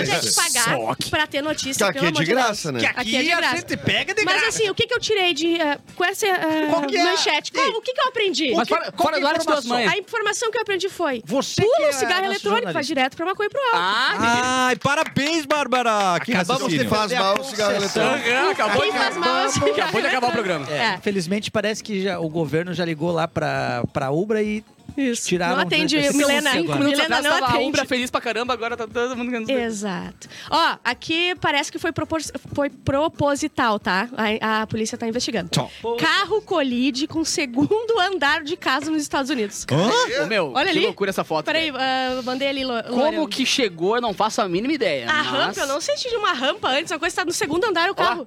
Exatamente. tem que pagar pra ter notícia. Tá, aqui pelo é amor de graça, Deus. né? Que aqui, Aqui é de graça. a gente pega de Mas graça. assim, o que, que eu tirei de. eh, com essa eh, Qual que é? manchete? Qual- o que, que eu aprendi? Mas fora, fora do ar, de duas informação? mães. A informação que eu aprendi foi: Você que pula é o cigarro nosso eletrônico, vai jornalista. direto pra maconha e pro álcool. Ah, Ai, parabéns, Bárbara. Que Acabamos de raciocínio. falar. Faz mal o cigarro Concessão. eletrônico. acabou, Quem faz mal é o cigarro acabou de acabar o programa. eletrônico. É. Infelizmente, parece que já- o governo já ligou lá pra, pra Ubra e Isso. Tiraram não atende desse- Milena. cinco Cinco minutos Milena atrás não tava a atende. Umbra feliz pra caramba, agora tá todo mundo ganhando. Exato. Ó, aqui parece que foi, propor- foi proposital, tá? A, a polícia tá investigando. Tchau. Carro colide com segundo andar de casa nos Estados Unidos. Hã? Ô, meu, Olha que ali. loucura essa foto. Peraí, velho. ah, eu mandei ali, Lo- Como Lorena. que chegou, eu não faço a mínima ideia. A mas- rampa, eu não senti de uma rampa antes, uma coisa tá no segundo andar o carro.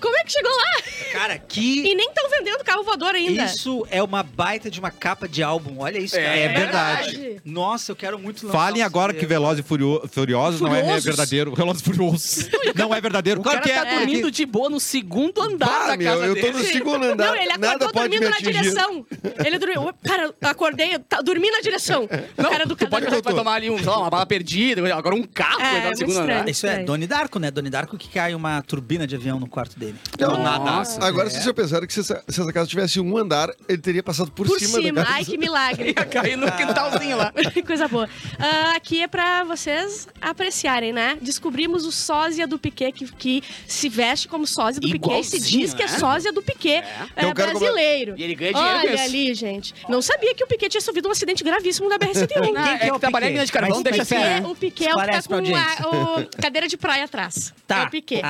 Como é que chegou lá? Cara, que E nem estão vendendo carro voador ainda. isso é uma baita de uma capa de álbum. Olha isso, cara. É verdade. Nossa, eu quero muito lançar. Falem um agora CD. que Velozes e Furio- Furiosos não é Furiosos? verdadeiro. Velozes e Furiosos não é verdadeiro. O Claro cara que é. tá porque- dormindo de boa no segundo andar Ah, da meu, casa eu tô dele. no segundo andar. Não, ele Nada acordou pode me dormindo na atingir. direção. Ele dormiu. Cara, acordei, tá, dormi na direção. O cara do Tu pode cadáver. vai tomar ali um, sei lá, uma bala perdida, agora um carro É, vai dar é no segundo muito andar. É. estranho. Isso é Doni Darko, né? Doni Darko que cai uma turbina de avião no quarto dele. Não, é. Agora, se vocês pensaram que se essa, se essa casa tivesse um andar, ele teria passado por, Por cima, cima, da casa. ai que milagre. Ia cair no quintalzinho lá. Coisa boa. Ah, aqui é pra vocês apreciarem, né? Descobrimos o sósia do Piquet, que, que se veste como sósia do Piquet e se Igualzinho, diz que é né? sósia do Piquet é. Então Tem um cara como- brasileiro. E ele ganha dinheiro com Olha isso. ali, gente. Não sabia que o Piquet tinha sofrido um acidente gravíssimo na BR-101. Não, Quem é que é que o trabalha em Piquet? mina de carvão, Mas deixa o Piquet- sério. um. O Piquet é o que tá Esclarece pra com a, audiência. o- cadeira de praia atrás. Tá. É o Piquet.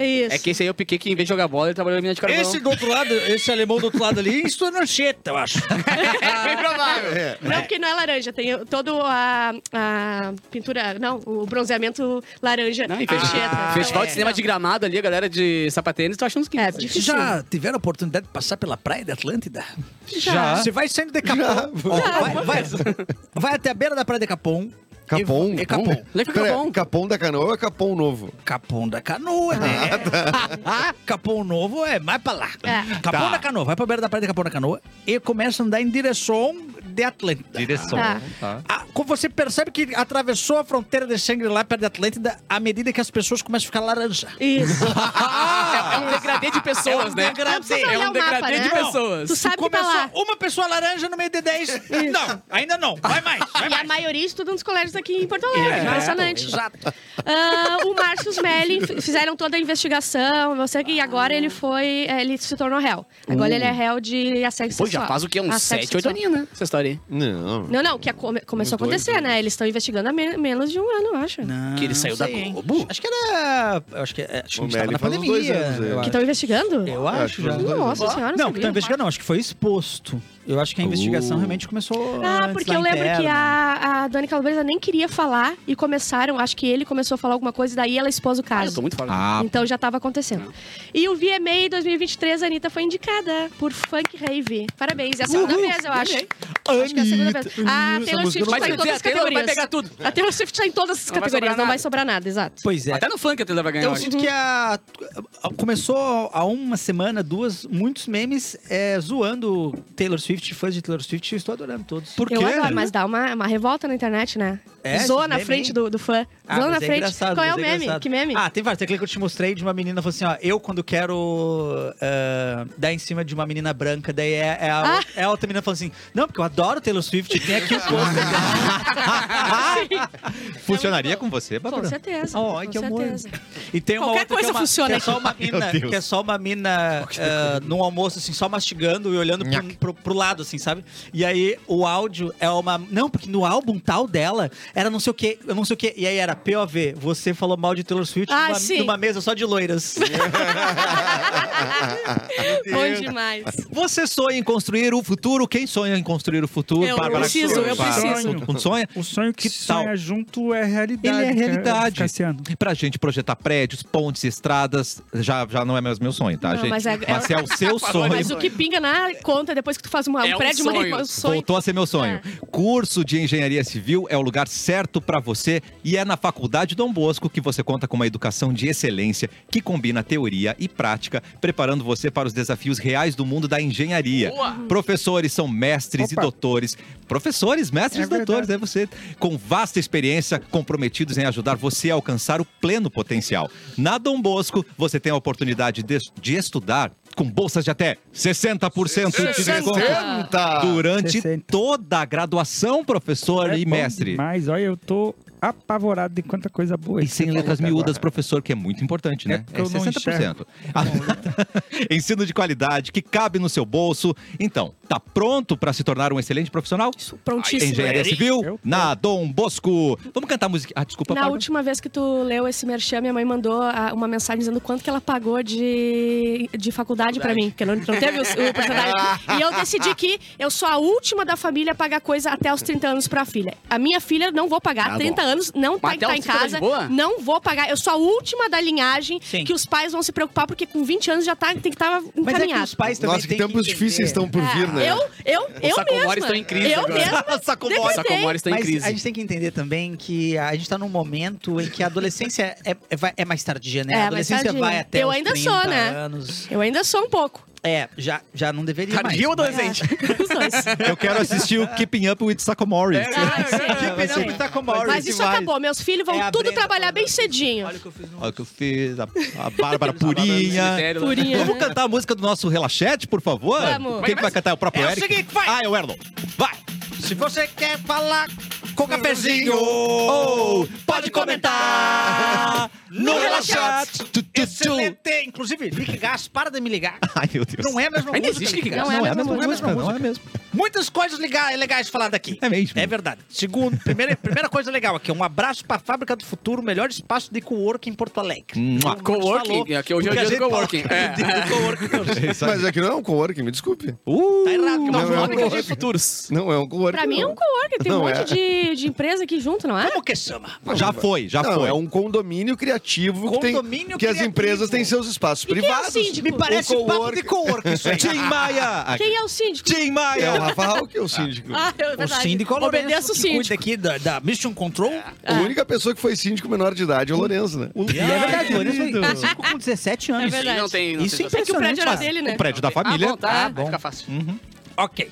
Isso. É que esse aí é o Piquet que, em vez de jogar bola, ele trabalhou na mina de carvão. Esse do outro lado, esse alemão do outro lado ali, isso é norcheta, eu acho. é bem provável. Não, porque não é laranja, tem toda a, a pintura, não, o bronzeamento laranja. Então, Não, e fez- Anchieta. Festival de Cinema de Gramado ali, a galera de sapatênis, tu acha uns 15. É, Vocês já tiveram a oportunidade de passar pela praia da Atlântida? Ah. Já. Você vai saindo de Capão. Ó, vai, vai- vai até a beira da praia de Capão. Capão? É Capão. Pera, Capão da canoa ou é Capão novo? Capão da canoa, Ah, né? Capão Novo é mais pra lá. É. Capão Tá. da Canoa. Vai pra beira da praia de Capão da Canoa e começa a andar em direção de Atlântida. Direção. Tá. Tá. Ah, como você percebe que atravessou a fronteira de Shangri-La perto da Atlântida à medida que as pessoas começam a ficar laranja. Isso. Ah, É um degradê de pessoas, É um né? degradê. Não precisa É olhar um o mapa, degradê né? de pessoas. Tu Se sabe que tá começou lá. uma pessoa laranja no meio de 10. Não, ainda não. Vai mais. E a maioria estuda nos colégios aqui em Porto Alegre. É, impressionante. exato. Ah, o Márcio Smelly f- fizeram toda a investigação, não sei o quê, e agora ele foi. eh, Ele se tornou réu. Agora Uh. ele é réu de assédio Pô, sexual. já faz o quê? Uns Assédio 7, 8 sexual. aninhos, né? Essa história aí. Não. Não, não, que a come- começou a Uns dois, acontecer, né? Eles estão investigando há men- menos de um ano, eu acho. Que ele saiu da sei, hein? Globo? Acho que era. eu Acho que, é, acho que a gente tava Melly na faz uns pandemia. dois anos aí. É, eu Que Que acho. estão investigando? Eu acho. já. Nossa senhora, Não, sabia. que estão investigando, não. Acho que foi exposto. Eu acho Uh. que a investigação realmente começou. Ah, antes, porque lá eu lembro interna. que a, a Dani Calabresa nem queria falar e começaram, acho que ele começou a falar alguma coisa e daí ela expôs o caso. eu tô muito fora. Ah. Então já tava acontecendo. E o VMA 2023, a Anitta foi indicada por Funk Rave. Parabéns. É a segunda Uhul, vez, eu acho. ganhei. Acho que é a segunda vez. Anitta. A Essa Taylor música Swift não tá vai em todas dizer, as a Taylor vai categorias. pegar tudo. A Taylor Swift tá em todas as Não vai sobrar categorias, não nada. vai sobrar nada, exato. Pois é. Até no funk a Taylor vai ganhar. Eu acho. sinto que a- começou há uma semana, duas, muitos memes é, zoando Taylor Swift, fãs de Taylor Swift. Eu estou adorando todos. Por Eu adoro, mas dá uma, uma revolta na internet, né? É, Zoa esses na meme, frente hein? do, do fã. Ah, mas Zoa na é frente. engraçado, Qual é mas o meme? engraçado. Que meme? Ah, tem vários. Tem aquele que eu te mostrei de uma menina, falou assim, ó. Eu, quando quero ah, dar em cima de uma menina branca, daí é, é a, Ah. é a outra menina falando assim, não, porque eu adoro Taylor Swift, é tem aqui o pôster dela. Funcionaria com você, Com Bárbara? certeza. Ó, é com que amor. certeza. E tem uma Qualquer outra que coisa é uma, funciona que é aqui. só uma mina, Deus. que é só uma mina ah, num almoço, assim, só mastigando e olhando pro, pro- pro lado, assim, sabe? E aí o áudio é uma. Não, porque no álbum tal dela era não sei o quê, eu não sei o quê. E aí era POV, você falou mal de Taylor Swift Ah, numa, sim. numa mesa só de loiras. Bom demais. Você sonha em construir o futuro? Quem sonha em construir o futuro? Eu Bárbara preciso, Sacomori. eu preciso. Um sonho? O sonho que, Que tal? sonha junto é realidade. Ele é cara, realidade. Cassiano. Pra gente projetar prédios, pontes, estradas, já, já não é mais meu sonho, tá, Não, gente? mas é- né, é o seu sonho. Mas o que pinga na conta depois que tu faz uma, um É um prédio, uma- sonho. uma- um sonho. Voltou a ser meu sonho. Curso de Engenharia Civil é o lugar certo para você e é na Faculdade Dom Bosco que você conta com uma educação de excelência que combina teoria e prática, preparando você para os desafios reais do mundo da engenharia. Boa! Professores são mestres e doutores. Professores, mestres É e doutores, verdade. é você. Com vasta experiência, comprometidos em ajudar você a alcançar o pleno potencial. Na Dom Bosco, você tem a oportunidade de, de estudar com bolsas de até 60% de desconto. Ah. 60! Durante 60. toda a graduação, professor e É bom mestre. demais. olha, eu tô apavorado de quanta coisa boa. E esse sem cara letras tá miúdas, agora. professor, que é muito importante, né? porque É, eu não então. 60%. Ensino de qualidade, que cabe no seu bolso. Então, tá pronto para se tornar um excelente profissional? Prontíssimo. é. Engenharia Eu- Civil, na Dom Bosco. Vamos cantar a música. Ah, desculpa, Na Bárbara. última vez que tu leu esse merchan, minha mãe mandou ah, uma mensagem dizendo quanto que ela pagou de, de faculdade pra mim, porque não, não teve o, o porcentagem. E eu decidi que eu sou a última da família a pagar coisa até os 30 anos pra filha. A minha filha não vou pagar, Tá bom. 30 anos, não Mas até tá, tá os em 30 tá de casa, boa? não vou pagar. Eu sou a última da linhagem Sim. que os pais vão se preocupar, porque com 20 anos já tá, tem que estar Mas é que encaminhado. os pais também Nossa, que têm que tempos entender. difíceis estão por vir, né? Ah, Eu, eu, eu mesma. Sacomores estão em crise Eu agora. mesma. Os Sacomores estão em Mas crise. a gente tá tem que entender também que a gente tá num momento em que a adolescência é, é- vai- é mais tardia, né? É, a mais adolescência tardia. vai até Eu os ainda 30 sou, né? anos. Eu ainda sou um pouco. É, já, já não deveria mais. né? Tardio ou adolescente? Eu quero assistir o Keeping Up with Sakomori. É. Ah, tipo, Keeping Up with Sakomori. Mas isso acabou. Meus filhos vão É a tudo Brenda trabalhar bem cedinho. Olha o que eu fiz, a, a Bárbara Purinha. cemitério, né? Purinha. Vamos cantar a música do nosso Relaxete, por favor? Vamos. Quem que vai cantar? É o próprio É o Eric? seguinte, vai. Ah, é o Erlon. Vai. Se você quer falar com cafezinho, Oh, pode comentar no Relaxado. Tu, tu, tu. Excelente. Inclusive, Nick Gas, para de me ligar. Ai, meu Deus. Não é a mesma Ainda música. existe Nick Nick Gas. Não é a mesma Não é a música, mesma não é música. mesmo. Muitas coisas liga- legais de falar daqui. É mesmo. É verdade. Segundo, primeira, primeira coisa legal aqui, um abraço pra Fábrica do Futuro, o melhor espaço de coworking em Porto Alegre. Mua. Como a gente falou, Coworking, aqui hoje é o dia porque a do gente tá fala coworking. de- É. de coworking. É isso aí. Mas aqui não é um coworking, me desculpe. Uh, Tá errado, que Não, não. não, não, Dias futuros. Não é um coworking. Pra mim é um coworking, tem Não um é. monte de, de empresa aqui junto, não é? Como que chama? já foi, já Não, foi. é um condomínio criativo Condomínio que, tem, que as criativo. empresas têm seus espaços E quem é o privados. síndico? Me parece Um papo de coworking isso aí. Tim Maia. Ah, Quem é o síndico? Tim Maia. É o Rafa Halk, é o síndico. Ah, é O verdade. síndico é o Lourenço, Obedeça o que síndico. cuida aqui da, da Mission Control. A é. única pessoa que foi síndico menor de idade é o Lourenço, né? Uh, E é verdade, o Lourenço tá foi 5 com 17 anos. É verdade. Não tem, não Isso tem é É que o prédio era Impressionante, dele, né? O prédio da Ah, família. bom, tá. Ah, bom. Fica fácil. Ok.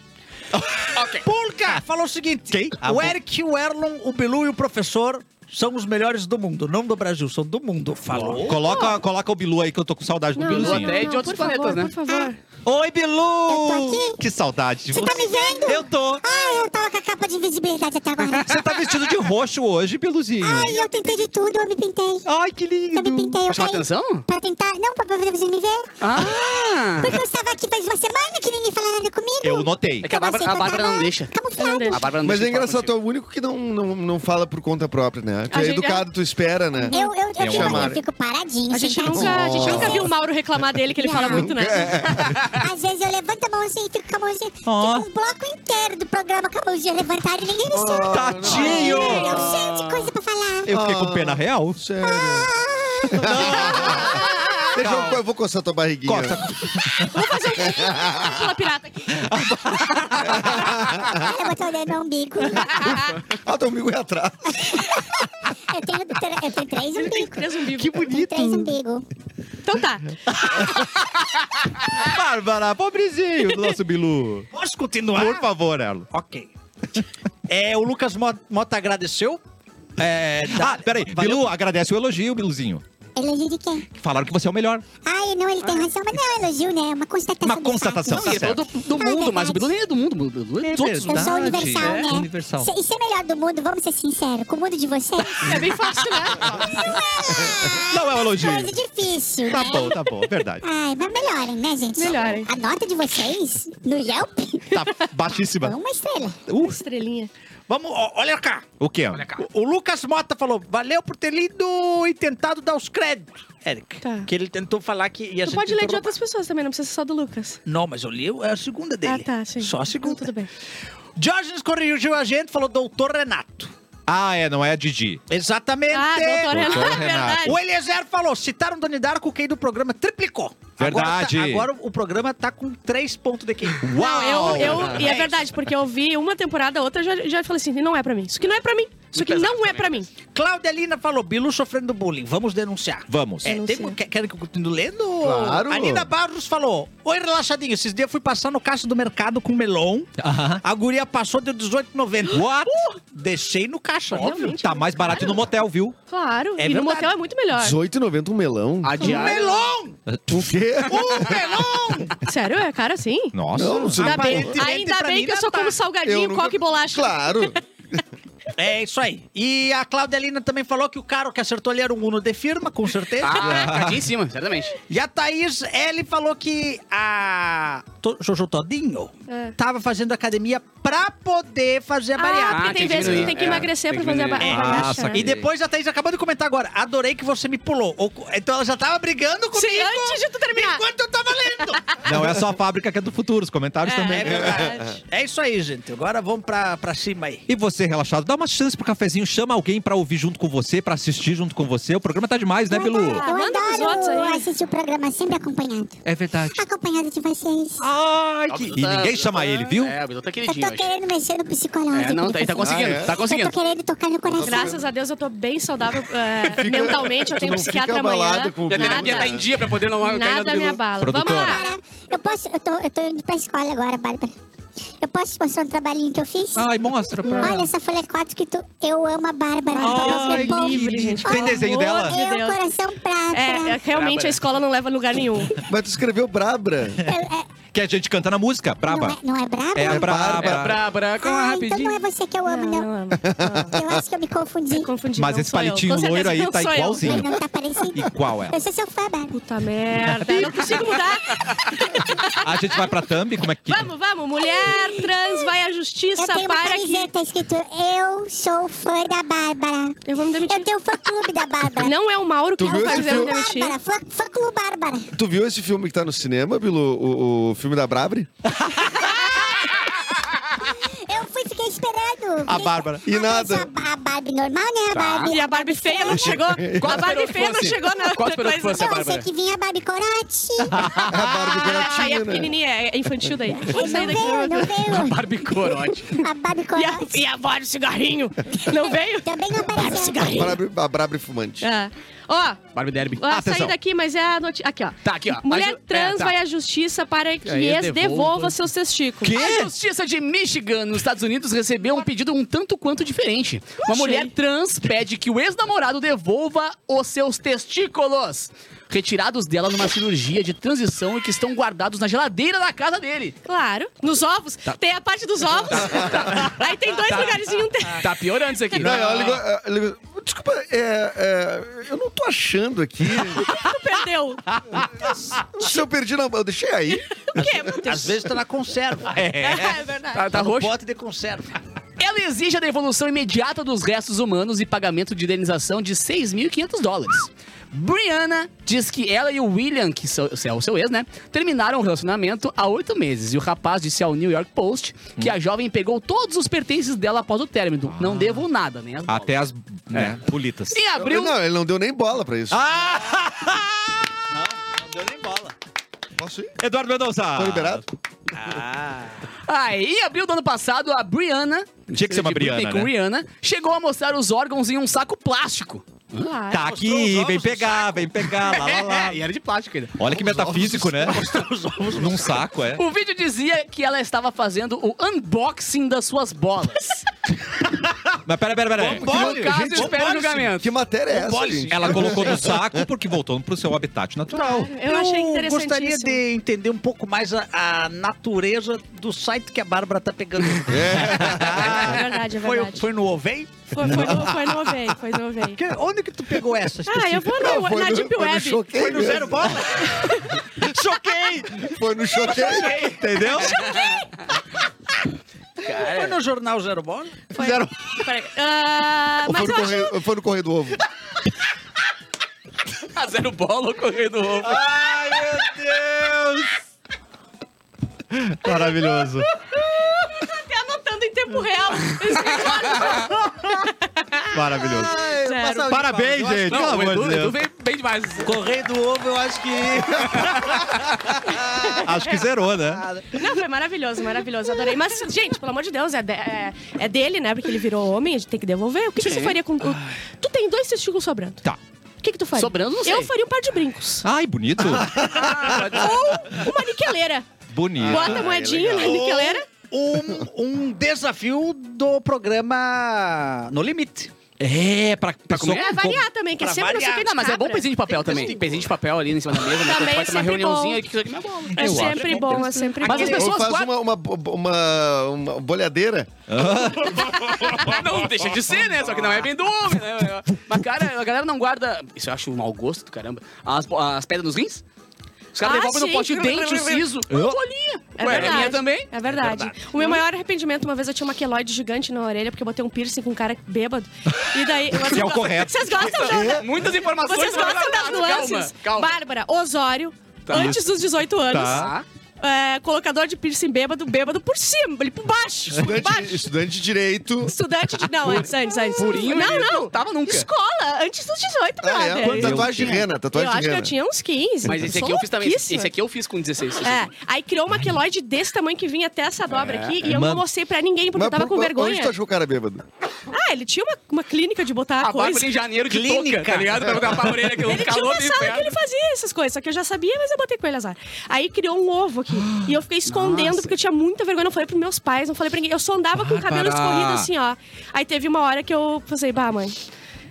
Ok. Pulga falou o seguinte: Quem? Ah, o bom. Eric, o Erlon, o Bilu e o professor são os melhores do mundo. Não do Brasil, são do mundo. Falou. Coloca, coloca o Bilu aí que eu tô com saudade do Não, não, não, Biluzinho. até de não, outros por favor, planetas, né? Por favor. Oi, Bilu! Eu tô aqui. Uh, Que saudade de você. tá me vendo? Eu tô. Ah, eu tava com a capa de invisibilidade até agora. Você tá vestido de roxo hoje, Biluzinho. Ai, eu tentei de tudo, eu me pintei. Ai, que Eu me lindo. pintei, eu Pra chamar caí. atenção? Pra tentar, não, pra pra vocês me ver. Ah! Porque eu estava aqui faz uma semana que ninguém falava nada comigo. Eu notei. É que a Bárbara, a Bárbara não deixa. Camuflado. A Bárbara não Mas deixa eu é falar engraçado, tu é contigo. o único que não, não, não fala por conta própria, né? Tu A é gente- Ah. educado, tu espera, né? Ah, Eu, eu, eu, fico, Chamaram. eu fico paradinho, A gente, sentadinho. nunca, a gente nunca viu o Mauro reclamar dele, que ele fala muito, né? Às vezes eu levanto a mãozinha e fico com a mãozinha. Fico um bloco inteiro do programa com a mãozinha levantada e ninguém me solta. Tatinho! Eu cheio de coisa pra falar. Eu fiquei com pena real. Sério. Deixa eu, eu vou coçar tua barriguinha. Coça. Pula um pirata aqui. Ela botou o dedo no umbigo. Ah, teu umbigo é atrás. Eu tenho, tre- eu tenho três é Tem umbigos. três umbigos. Que Eu tenho três umbigos. Então tá. Bárbara, pobrezinho do nosso Bilu. Posso continuar? Por favor, Erlo. Ok. É, o Lucas Mo- Mota agradeceu. É, da- Ah, peraí. valeu. Bilu, agradece o elogio, Biluzinho. Elogio de quem? Falaram que você é o melhor. Ai, não, ele Ah. tem razão, mas não é um elogio, né? É uma constatação. Uma do constatação, fato. tá Ele é certo. falou É do, do mundo, mas o Bilu nem é do mundo. O Bilu é dos outros. Eu sou universal, é. né? Universal. Se- e ser melhor do mundo, vamos ser sinceros, com o mundo de vocês, É bem fácil, né? não é Não é um elogio. coisa difícil, Tá né? bom, tá bom. Verdade. Ai, mas melhorem, né, gente? Melhorem. A nota de vocês no Yelp Tá é baixíssima. uma estrela. Uh, Estrelinha. Vamos, ó, olha cá. o quê? O, o Lucas Mota falou: valeu por ter lido e tentado dar os créditos, Eric. Tá. Que ele tentou falar que. E a Tu gente pode ler de tentou roubar. outras pessoas também, não precisa ser só do Lucas. Não, mas eu li é a segunda dele. Ah, tá, sim. Só a segunda. Então, tudo bem. Diógenes corrigiu a gente, falou doutor Renato. Ah, é, não é a Didi. Exatamente. Ah, doutor Renato, Doutor é Renato. verdade. O Eliezer falou, citaram Doni Darko, quem do programa triplicou. Verdade. Agora, tá- agora o programa tá com três pontos de quem? Não, eu, eu, e é verdade, porque eu vi uma temporada, outra, já, já falei assim, não é pra mim. Isso aqui não é pra mim. Isso aqui não é pra mim. Cláudia Lina falou, Bilu sofrendo bullying, vamos denunciar. Vamos. É, tem, Denuncia. que- querem que eu continue lendo? Claro. A Nina Barros falou, Oi, relaxadinho, esses dias eu fui passar no caixa do mercado com melon, a guria passou de 18,90. What? Uh! Deixei no caixa. Realmente. Tá mais barato no motel, viu? Claro. É e no verdade. motel é muito melhor. 18,90 um melão. A Um diária. melon! O quê? Um melon! Sério, é cara assim? Nossa. Não, não sei. Ainda bem, Aparentemente, ainda pra bem mim, que eu só tá. como Eu salgadinho, nunca- coque e bolacha. Claro. É isso aí. E a Cláudia Lina também falou que o cara que acertou ali era um Uno de firma, com certeza. Ah, cadinho em cima, certamente. É E a Thaís L falou que a To- Jojo Todinho É. tava fazendo academia pra poder fazer a Ah, bariátrica. É. porque tem tem que vezes que diminuir. tem que É, emagrecer tem pra que fazer a ba- diminuir. a Ah, bagaça. saquei. E depois a Thaís acabou de comentar agora. Adorei que você me pulou. Ou- Então ela já tava brigando comigo. Sim, antes de tu terminar. Enquanto eu tava lendo. Não é só a fábrica que é do futuro, os comentários É, também. é verdade. é isso aí, gente. Agora vamos pra, pra cima aí. E você, relaxado, dá uma Dá chance pro cafezinho, chama alguém pra ouvir junto com você, pra assistir junto com você. O programa tá demais, né, Bilu? Eu adoro assistir o programa sempre acompanhado. É verdade. Acompanhado de vocês. Ai, que... E ninguém chama ele, viu? É, o Bilu tá Eu queridinho tô hoje. querendo mexer no psicológico. É, não, tá- ele tá conseguindo, Ah, é? tá conseguindo. Eu tô querendo tocar no coração. Graças a Deus eu tô bem saudável é, mentalmente. Eu tenho um não fica psiquiatra amanhã. abalado com o Minha terapia tá em dia pra poder não cair na do Nada me Bilu. abala. Produtora. Vamos lá. Eu posso, eu tô, eu tô indo pra escola agora, Bárbara. Eu posso te mostrar um trabalhinho que eu fiz? Ah, Ai, mostra pra Olha essa folha 4 que tu... Eu amo a Bárbara. Ai, Nossa, que povo. gente. Tem desenho dela? Meu coração prata. É, é, realmente a escola não leva a lugar nenhum. Mas tu escreveu Brabra. é, Que a gente canta na música, braba. Não é braba? É a braba. É pra Ah, então não é você que eu amo, não. Ah, Eu acho que eu me confundi. Confundi, Mas tá não esse sou eu. palitinho Com certeza loiro aí não tá sou eu. igualzinho. Mas não tá parecido. Igual é? ela. Eu sou seu fã, Bárbara. Puta merda, eu não consigo mudar. A gente vai pra thumb, como é que. Vamos, vamos, mulher trans vai à Eu justiça tenho uma para que... camiseta tá escrito Eu sou fã da Bárbara. Eu vou me demitir. Eu tenho fã clube da Bárbara. Não é o Mauro que Tu vai viu fazer esse eu me filme? demitir. Bárbara, fã, fã clube Bárbara. Tu viu esse filme que tá no cinema, Bilu? O, o filme da Brabre? Eu fui, fiquei esperando. A Bárbara. E A, nada. a Barbie normal, né? A Tá. Barbie. E a Barbie feia não chegou. Qual A Barbie esperou que feia não fosse? chegou na Qual outra esperou que coisa. fosse a Eu sei Bárbara? que vinha a Barbie Corote. A Barbie Aí Corotinha, é né? pequenininha, é infantil daí. Não Vamos sair daqui. veio, não veio. Barbie Corote. A Barbie é. E a, Corote. e a Barbie cigarrinho. Não veio? Também não apareceu. A Brabre- A Brabre Fumante. É. Ó, Barbie Derby. ó, Atenção. saí daqui, mas é a notícia. Aqui, ó. Ah, Tá, aqui, ó. Mulher Mas- trans é, tá. vai à justiça para que aí ex devolva- devolva seus testículos. A Justiça de Michigan, nos Estados Unidos, recebeu um pedido um tanto quanto diferente. Uma achei. mulher trans pede que o ex-namorado devolva os seus testículos. Retirados dela numa cirurgia de transição e que estão guardados na geladeira da casa dele. Claro. Nos ovos. Tem a parte dos ovos. Aí tem dois lugarzinhos. um te- Tá piorando isso aqui. Não, ela ligou, ela ligou, Desculpa, é, é, eu não tô achando aqui. Tu um perdeu. Se eu perdi na mão, eu deixei aí. O quê? Às vezes tá na conserva. É verdade. Tá, tá no roxo? pote de conserva. Ela exige a devolução imediata dos restos humanos e pagamento de indenização de 6.500 dólares. Brianna diz que ela e o William, que são- é o seu ex, né? Terminaram o relacionamento há oito meses. E o rapaz disse ao New York Post que a jovem pegou todos os pertences dela após o término. Ah. Não devo nada, nem as bolas. Até as né, bolitas. Em abril, Não, ele não deu nem bola pra isso. Não deu nem bola. Posso ir? Eduardo Mendonça. Tô liberado? Ai, em abril do ano passado, a Brianna... Tinha que ser uma de Britney Brianna, com né? Rihanna, chegou a mostrar os órgãos em um saco plástico. Claro. Tá aqui, vem pegar, vem pegar, lá, lá, lá. É, e era de plástico ainda. Olha que metafísico, né? Num saco, é. O vídeo dizia que ela estava fazendo o unboxing das suas bolas. Mas pera, pera, pera. Bola no caso, espera o julgamento. Que matéria é essa, Bola, gente? Ela colocou no saco porque voltou pro seu habitat natural. Eu achei interessantíssimo. gostaria de entender um pouco mais a, a natureza do site que a Bárbara tá pegando. Ah, É verdade, é Foi, verdade. foi no Ovem? Foi, foi, no, foi no Ovei, foi no Ovei. Que- Onde que tu pegou essa? Ah, eu vou Não, na, foi na no- Deep foi no Web. Choquei Foi no mesmo. Zero Bola? Choquei! Foi no choquei. Entendeu? Foi no jornal Zero Bola? Foi- Zero. Peraí. Ah, Ou foi, no mas eu acho... correio, ou foi no correio do ovo. A zero bola correndo ovo. Ai, meu Deus! Maravilhoso. até anotando em tempo real. Maravilhoso. Ai, eu Zero. passava de Parabéns, bola. Eu gente. acho- Pelo Não, o amor de Edu, Edu Deus. veio bem demais. Correio do Ovo, eu acho que... Acho que zerou, né? Não, foi maravilhoso, maravilhoso, adorei. Mas, gente, pelo amor de Deus, é, de- é, é dele, né? Porque ele virou homem, a gente tem que devolver. O que, que você faria com. o- Tu tem dois testículos sobrando. Tá. O que, que tu faria? Sobrando, não sei. Eu faria um par de brincos. Ai, bonito. Ah, Ou uma niqueleira. Bonito. Bota a moedinha na niqueleira. Um, um desafio do programa No Limite. É, pra, pra comer? É, variar também, que é Pra sempre não sei o que variar. de Não, mas é bom cabra. pezinho de papel também. Pezinho de papel ali em cima da mesa, né? Pode Também ter uma sempre reuniãozinha bom. aqui, isso aqui não é bom. É sempre bom, é sempre bom. Mas as pessoas Ou faz guardam- uma, uma, bo- uma, uma bolhadeira. Não Tá deixa de ser, né? Só que não é bem do homem, né? Mas, cara, a galera não guarda. Isso eu acho um mau gosto do caramba. As, as pedras nos rins? Os caras Ah, devolvem no sim. pote de dente, o siso. Uma bolinha. É Ué, verdade. a minha também? É verdade. O meu maior arrependimento, uma vez eu tinha uma queloide gigante na orelha, porque eu botei um piercing com um cara bêbado. E daí. Que é o correto. Vocês gostam da, Muitas informações. Vocês mas gostam não dá das nada. nuances? Calma, calma. Bárbara, Osório, antes dos 18 anos. Tá. é, colocador de piercing bêbado, bêbado por cima, ali por baixo. por baixo. Estudante, estudante de direito. Estudante de. Não, antes, antes, antes. Purinho, não, ele não. Tava nunca. Escola, antes dos 18, Ah, é? brother. Quanto tatuagem de rena? Tatuagem eu de acho que rena. eu tinha uns 15. Mas esse sou aqui eu fiz também. Esse louquíssima. esse aqui eu fiz com 16. esse É, aqui. aí criou uma queloide desse tamanho que vinha até essa dobra É, aqui é. e eu Mano. não mostrei pra ninguém porque eu tava por- com Onde vergonha. tu achou o cara bêbado? Ah, ele tinha uma, uma clínica de botar A coisa. Ah, Bárbara em janeiro de touca, tá ligado? Pra botar pra orelha, que o Ele tinha calor uma do sala que inferno. ele fazia essas coisas, só que eu já sabia, mas eu botei com ele azar. Aí criou um ovo aqui. e eu fiquei escondendo porque eu tinha muita vergonha. Não falei pros meus pais, não falei pra ninguém. Eu só andava com o Bárbara! cabelo escorrido assim, ó. Aí teve uma hora que eu pensei, bah, mãe.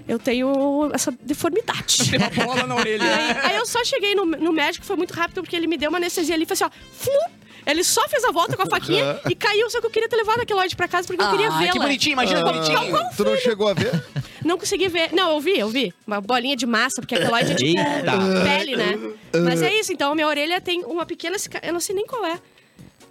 Eu tenho essa deformidade. Tem uma bola na orelha. Aí, aí eu só cheguei no, no médico, foi muito rápido, porque ele me deu uma anestesia ali e falou assim, ó, flu! Ele só fez a volta com a faquinha e caiu, só que eu queria ter levado aquele ódio pra casa porque eu queria Ah, vê-la. que bonitinho, imagina Qual- bonitinho. qual- qual Ah, Tu não chegou a ver? não consegui ver. Não, eu vi, eu vi. Uma bolinha de massa, porque a queloide é de Eita. pele, né? Uhum. Mas é isso, então minha orelha tem uma pequena cicatriz. Eu não sei nem qual é.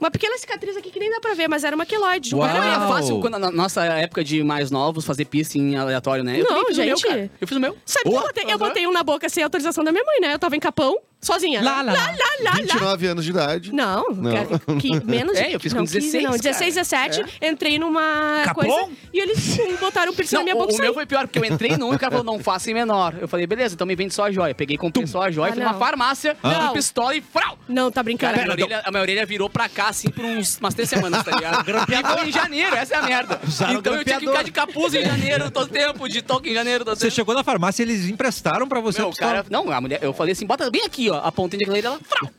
Uma pequena cicatriz aqui que nem dá pra ver, mas era uma queloide. de um Mas Ah, não coronel. era fácil, quando, na nossa época de mais novos, fazer piercing aleatório, né? Eu Não, também fiz o meu, gente. cara. Eu fiz o meu. Sabe que eu botei, eu botei um na boca sem autorização da minha mãe, né? Eu tava em Capão, sozinha. Lá, lá, lá. lá, lá, lá. 29 anos de idade. Não, cara, que- menos de- É, eu fiz com não, 15, 16, Não, cara. 16, 17, entrei numa Capão? coisa e eles botaram o piercing Não, na minha o- boca e o meu saí. foi pior, porque eu entrei num e o cara falou, não faça em menor. Eu falei, beleza, então me vende só a joia. Peguei, comprei só a joia, Ah, fui não. numa farmácia, Ah. com Não. pistola e frau! Não, tá Cara, brincando. a minha, orelha, a minha orelha virou pra cá, assim, por uns, umas três semanas, tá ligado? e foi em janeiro, essa é a merda. Usaram então eu tinha que grampeador. ficar de capuz em janeiro, todo tempo, de toque em janeiro, todo Você tempo. chegou na farmácia e eles emprestaram pra você. Meu, a o pistola. cara, não, a mulher, eu falei assim, bota bem aqui, ó, a pontinha de orelha, ela, frau!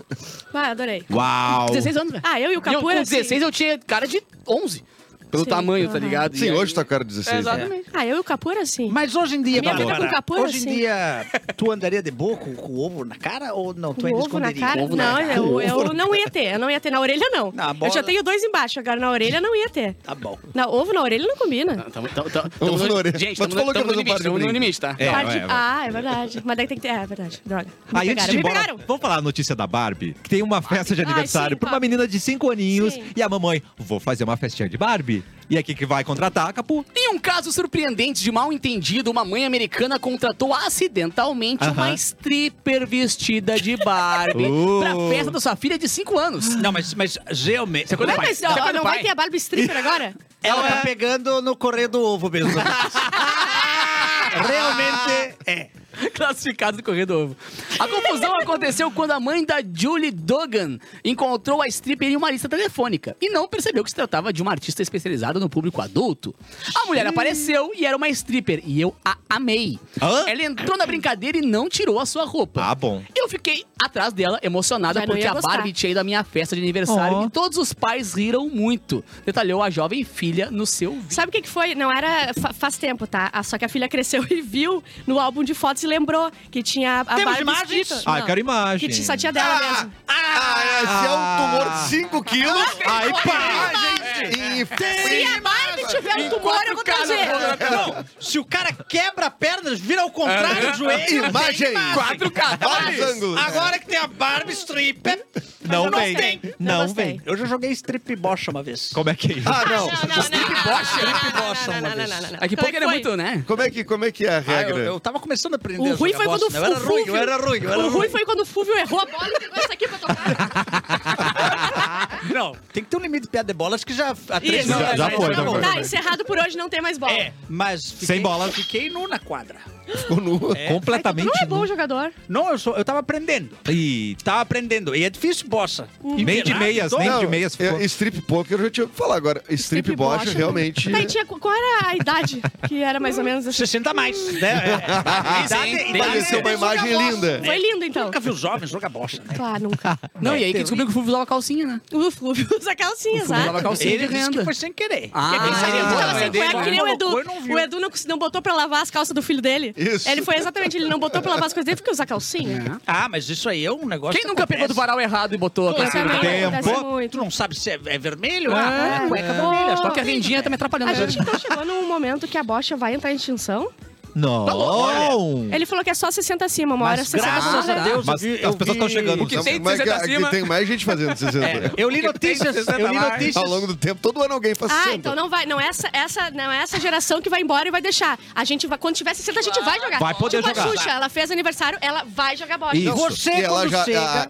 Vai, Ah, adorei. Uau! 16 anos, velho. Ah, eu e o Capu Eu, com era 16 eu tinha cara de 11. Pelo Sim, tamanho, tá aham. ligado? Sim, E hoje aí- tá com cara de 16. É, exatamente. Ah, eu e o Capu era assim. Mas hoje em dia, minha vida Bárbara, com o Capu era hoje em assim. dia, tu andaria de boa com, com o ovo na cara ou não? Tu Com ainda ovo na esconderia? cara? não, eu, eu não ia ter. Eu não ia ter na orelha, não. Na eu bola. já tenho dois embaixo, agora na orelha não ia ter. Tá bom. Na, ovo na orelha não combina. Tamo, tamo, tamo, Ovo tamo na no, orelha. Então, gente, Mas tamo, tu falou no, que ia tamo no fazer um par limite, de tamo no brinco. limite, tá? É, Parte- é, é. Ah, é verdade. Mas daí tem que ter. É verdade. Droga. Me Aí, antes pegaram, de ir me embora, pegaram. vamos falar a notícia da Barbie. Que tem uma festa de Ai, aniversário sim, pra uma papo. menina de 5 aninhos Sim. e a mamãe, vou fazer uma festinha de Barbie. E aqui que vai contratar, Capu. Em um caso surpreendente de mal entendido, uma mãe americana contratou acidentalmente Aham. uma stripper vestida de Barbie Uh. pra festa da sua filha de 5 anos. Não, mas, mas realmente. é Você Não, Pai, mas, tá ó, com não o vai pai. ter a Barbie Stripper agora? Ela tá pegando no correio do ovo mesmo. realmente é. Classificado do corredor. A confusão aconteceu quando a mãe da Julie Dogan encontrou a stripper em uma lista telefônica e não percebeu que se tratava de uma artista especializada no público adulto. A mulher apareceu e era uma stripper e eu a amei. Ela entrou na brincadeira e não tirou a sua roupa. Ah, bom. Eu fiquei atrás dela, emocionada, Já não porque ia a gostar. Barbie tinha ido à minha festa de aniversário Ó. e todos os pais riram muito. Detalhou a jovem filha no seu vídeo. Sabe o que, que foi? Não era. fa- faz tempo, tá? Ah, Só que a filha cresceu e viu no álbum de fotos e lembrou que tinha a Temos Barbie imagens? escrita. Ah, Não. quero imagem. Que tinha- só tinha dela mesmo. Ah, é, se é um tumor de Ah. 5 quilos. Aí, pá! E Se a Barbie tiver um tumor, eu vou trazer. Não, se o cara quebra a perna, vira ao contrário o joelho. Imagem! Quatro Vários ângulos. Agora que tem a Barbie stripper. Não não vem. tem. Não gostei. vem. Eu já joguei strip bocha uma vez. Ah, Como é que é isso? Ah, não. Strip bocha uma vez. Daqui a pouco era muito, né? Como é que, como é, que é a Ah, eu, regra? eu tava começando a aprender O a Rui jogar foi quando bocha, o né? Eu era ruim, Fúvio- eu era ruim, eu era O ruim. Rui foi quando o Fúvio errou a bola e pegou essa aqui pra tocar. Não, tem que ter um limite de piada de bolas que já... Há três Isso. anos Já- já atrás foi, era já bom. foi. Tá, encerrado por hoje, não tem mais bola. É, mas... Fiquei, Sem bola. Fiquei nu na quadra. Ficou nu. É. Tu Completamente. não é bom jogador. Não, eu, sou, eu tava aprendendo. tá E Tava aprendendo. E é difícil bocha. nem de meias, Não, nem de Não, meias. é, strip poker, eu já tinha ouvido falar agora. Strip, bocha, realmente. Daí Tá, tinha, qual era a idade que era mais ou menos assim? 60 a mais, né? É. Idade, hein? idade- Pareceu uma imagem linda. Foi lindo, então. Nunca viu jovens jogar bocha, né? Claro, nunca. Não, e aí que descobriu que o Fulvio usava calcinha, né? O Flúvio usa né? calcinha, usava sabe? calcinha Ele de disse renda. que foi sem querer. Ah, Quem pensaria, é, Ele pô, tava mas sem dele cueca, que nem o não Edu. colocou e não viu. O Edu não, cons- não botou pra lavar as calças do filho dele. Isso. Ele foi exatamente, ele não botou pra lavar as coisas dele, porque usa calcinha. Ah, mas isso aí é um negócio Quem que nunca pegou do acontece. varal errado e botou a Isso calcinha? também tempo. acontece Tu muito. não sabe se é, é vermelho? Ah, Ah, é cueca não. vermelha. É. Só que a rendinha tá me atrapalhando. A né? gente então chegou num momento que a bocha vai entrar em extinção? Não. Tá Olha, Ele falou que é só 60 acima, uma hora 60 graças acima. a Deus, Mas eu vi- eu as pessoas vi- tão chegando. O que tem de 60 acima? Tem mais gente fazendo 60. É, eu li O que tem de notícias, 60 eu li mais? Tá notícias. Ao longo do tempo, todo ano alguém faz 60. Ah, então não vai. Não é essa, essa, não é essa geração que vai embora e vai deixar. A gente vai, quando tiver 60, a gente vai jogar. Vai poder tipo jogar. a Xuxa, ela fez aniversário, ela vai jogar bola. Isso. e ela já,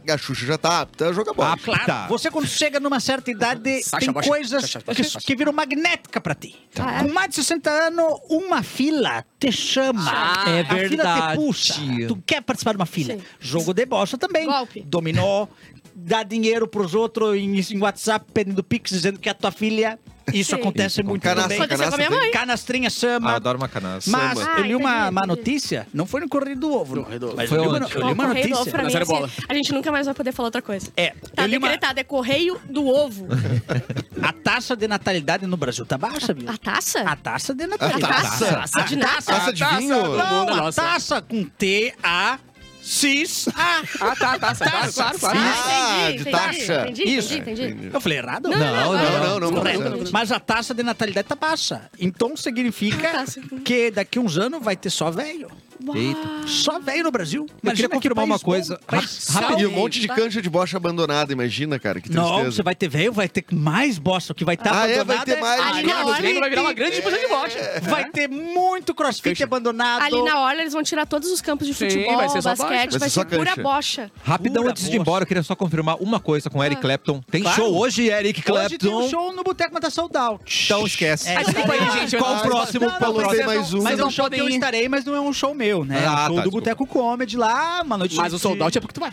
a, a Xuxa já tá apta a jogar bola. Ah, Claro, Tá. Ah, você quando chega numa certa idade, Sacha, tem bocha, coisas Sacha, que, que viram magnética pra ti. Tá. Com mais de 60 anos, uma fila te chama. Ah, é A fila te verdade. puxa. Tu quer participar de uma fila. Jogo de bocha também. Golpe. Dominó, dá dinheiro pros outros em, em WhatsApp, pedindo pix, dizendo que é a tua filha. Isso Sim. acontece Isso, muito canastra, também. Aconteceu canastra com a minha tem? mãe. Canastrinha chama. Ah, adoro uma canastra. Mas Samba. eu li uma, uma notícia, não foi no Correio do Ovo. Mas Foi eu li uma, onde? eu li uma Bom, correio do notícia. ovo pra mim, assim, a gente nunca mais vai poder falar outra coisa. É, Tá decretado, é correio do ovo. A taxa de natalidade no Brasil tá baixa, viu? A taça? A taça de A natalidade. taça? A Taça de taça, nada. a Taça de vinho? Não, a Nossa. taça com T, A, Cis, A. Ah, tá, taça, claro, claro, claro. cis, Ah, entendi, de entendi, taxa. entendi, entendi, Isso. entendi. Eu falei errado? Não, não, Não, não, não, não, não, Correto. não, não. Mas a taça de natalidade tá baixa. Então significa que daqui uns anos vai ter só velho. Eita. Só velho no Brasil. Eu queria Imagina que confirmar país uma coisa. bom, país Rapidinho, salvo. um monte de cancha de bocha abandonada, imagina, cara, que tristeza. Não, você vai ter velho, vai ter mais bosta, o que vai tá estar Ah, é? abandonado. Vai ter mais. Ali Não, na ali orla vai virar uma grande disputa de bosta. Vai ter muito crossfit abandonado. Ali na hora eles vão tirar todos os campos de Tá Sim, futebol, vai ser só basquete, bocha. vai Vai ser ser só pura cancha. bocha. Rapidão, Pura antes de ir embora, eu queria só confirmar uma coisa com o Eric Ah. Clapton. Tem Claro. show hoje, Eric Clapton. Hoje tem um show no Boteco Mata Saudade. Então esquece. É, desculpa aí, gente, Qual eu- o próximo? Não, não, Qual o mas próximo? é um- Mas é um show que eu estarei, mas não é um show meu, né? É Ah, um show tá, do desculpa. Boteco Comedy lá, uma noite... Mas o sold out é porque tu vai.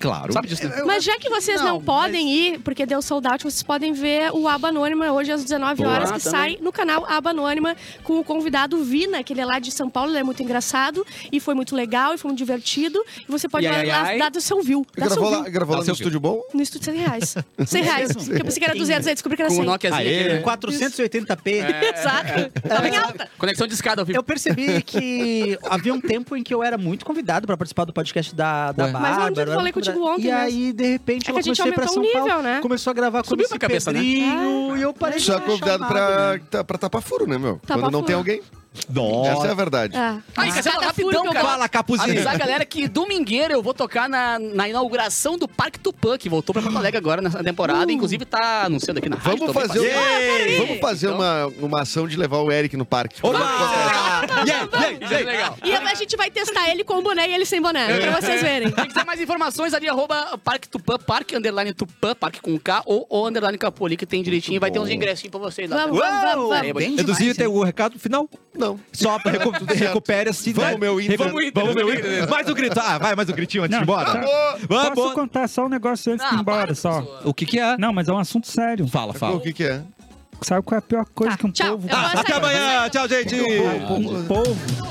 Claro. Sabe disso, né? Mas já que vocês não, podem ir, porque deu sold out, vocês podem ver o Aba Anônima hoje às 19 Boa, horas, que também. sai no canal Aba Anônima com o convidado Vina, que ele é lá de São Paulo, ele é muito engraçado e foi muito legal e foi muito divertido. E você pode E lá, ai, lá ai, ai. dar do seu view. Dá seu Gravou lá, view. Tá gravou lá Dá no seu estúdio bom? No estúdio 100 reais. 100 reais. Porque eu pensei que era 200, aí descobri que era 100. É. né? 480p. É. Exato. Tava em alta. Conexão de escada ao vivo. É. Eu percebi que havia um tempo em que eu era muito convidado pra participar do podcast da, da Ué. Bárbara. Mas é onde eu era falei muito convidado. contigo ontem E mesmo. aí, de repente, É que ela a gente comecei ir pra São aumentou o Paulo, nível, né? começou a gravar com Subiu esse na cabeça, né? Pedrinho, e eu parei de Só é ser convidado chamado, pra, né? tá- pra tapar furo, né, meu? Tapar Quando não furo. tem alguém. Essa é a verdade. Ai, tá Ah. Cassiano, Cada rapidão, furo que eu cara. falo. Fala, Capuzinho. Avisar a galera que domingueira eu vou tocar na, na inauguração do Parque Tupã, que voltou pra Porto Alegre agora nessa temporada. Inclusive tá anunciando aqui na rádio. Vamos também fazer, passando. um- vamos fazer então. uma, uma ação de levar o Eric no parque. E a gente vai testar ele com o boné e ele sem boné, pra vocês verem. Quem quiser mais informações ali, arroba Parque Tupã, Parque Underline Tupã, Parque com K ou o Underline Capô ali que tem direitinho. Vai ter uns ingressinhos pra vocês lá. É, Vamos, vamos, vamos, vamos. Aí, Bem Inclusive, tem o recado final? Não. Só pra recu recupere-se. Vamos, né? meu Inter. Recu- Vamos, Inter. Vamos, meu Inter. Mais um grito. Ah, vai, mais um gritinho antes de ir embora. tá. Vamos. Posso contar só um negócio Ah, antes de ir embora, só? O que que é? Não, mas é um assunto sério. Fala, fala. que, que é? tá. Sabe qual é a pior coisa que um povo... Até amanhã. Tchau, gente. Um povo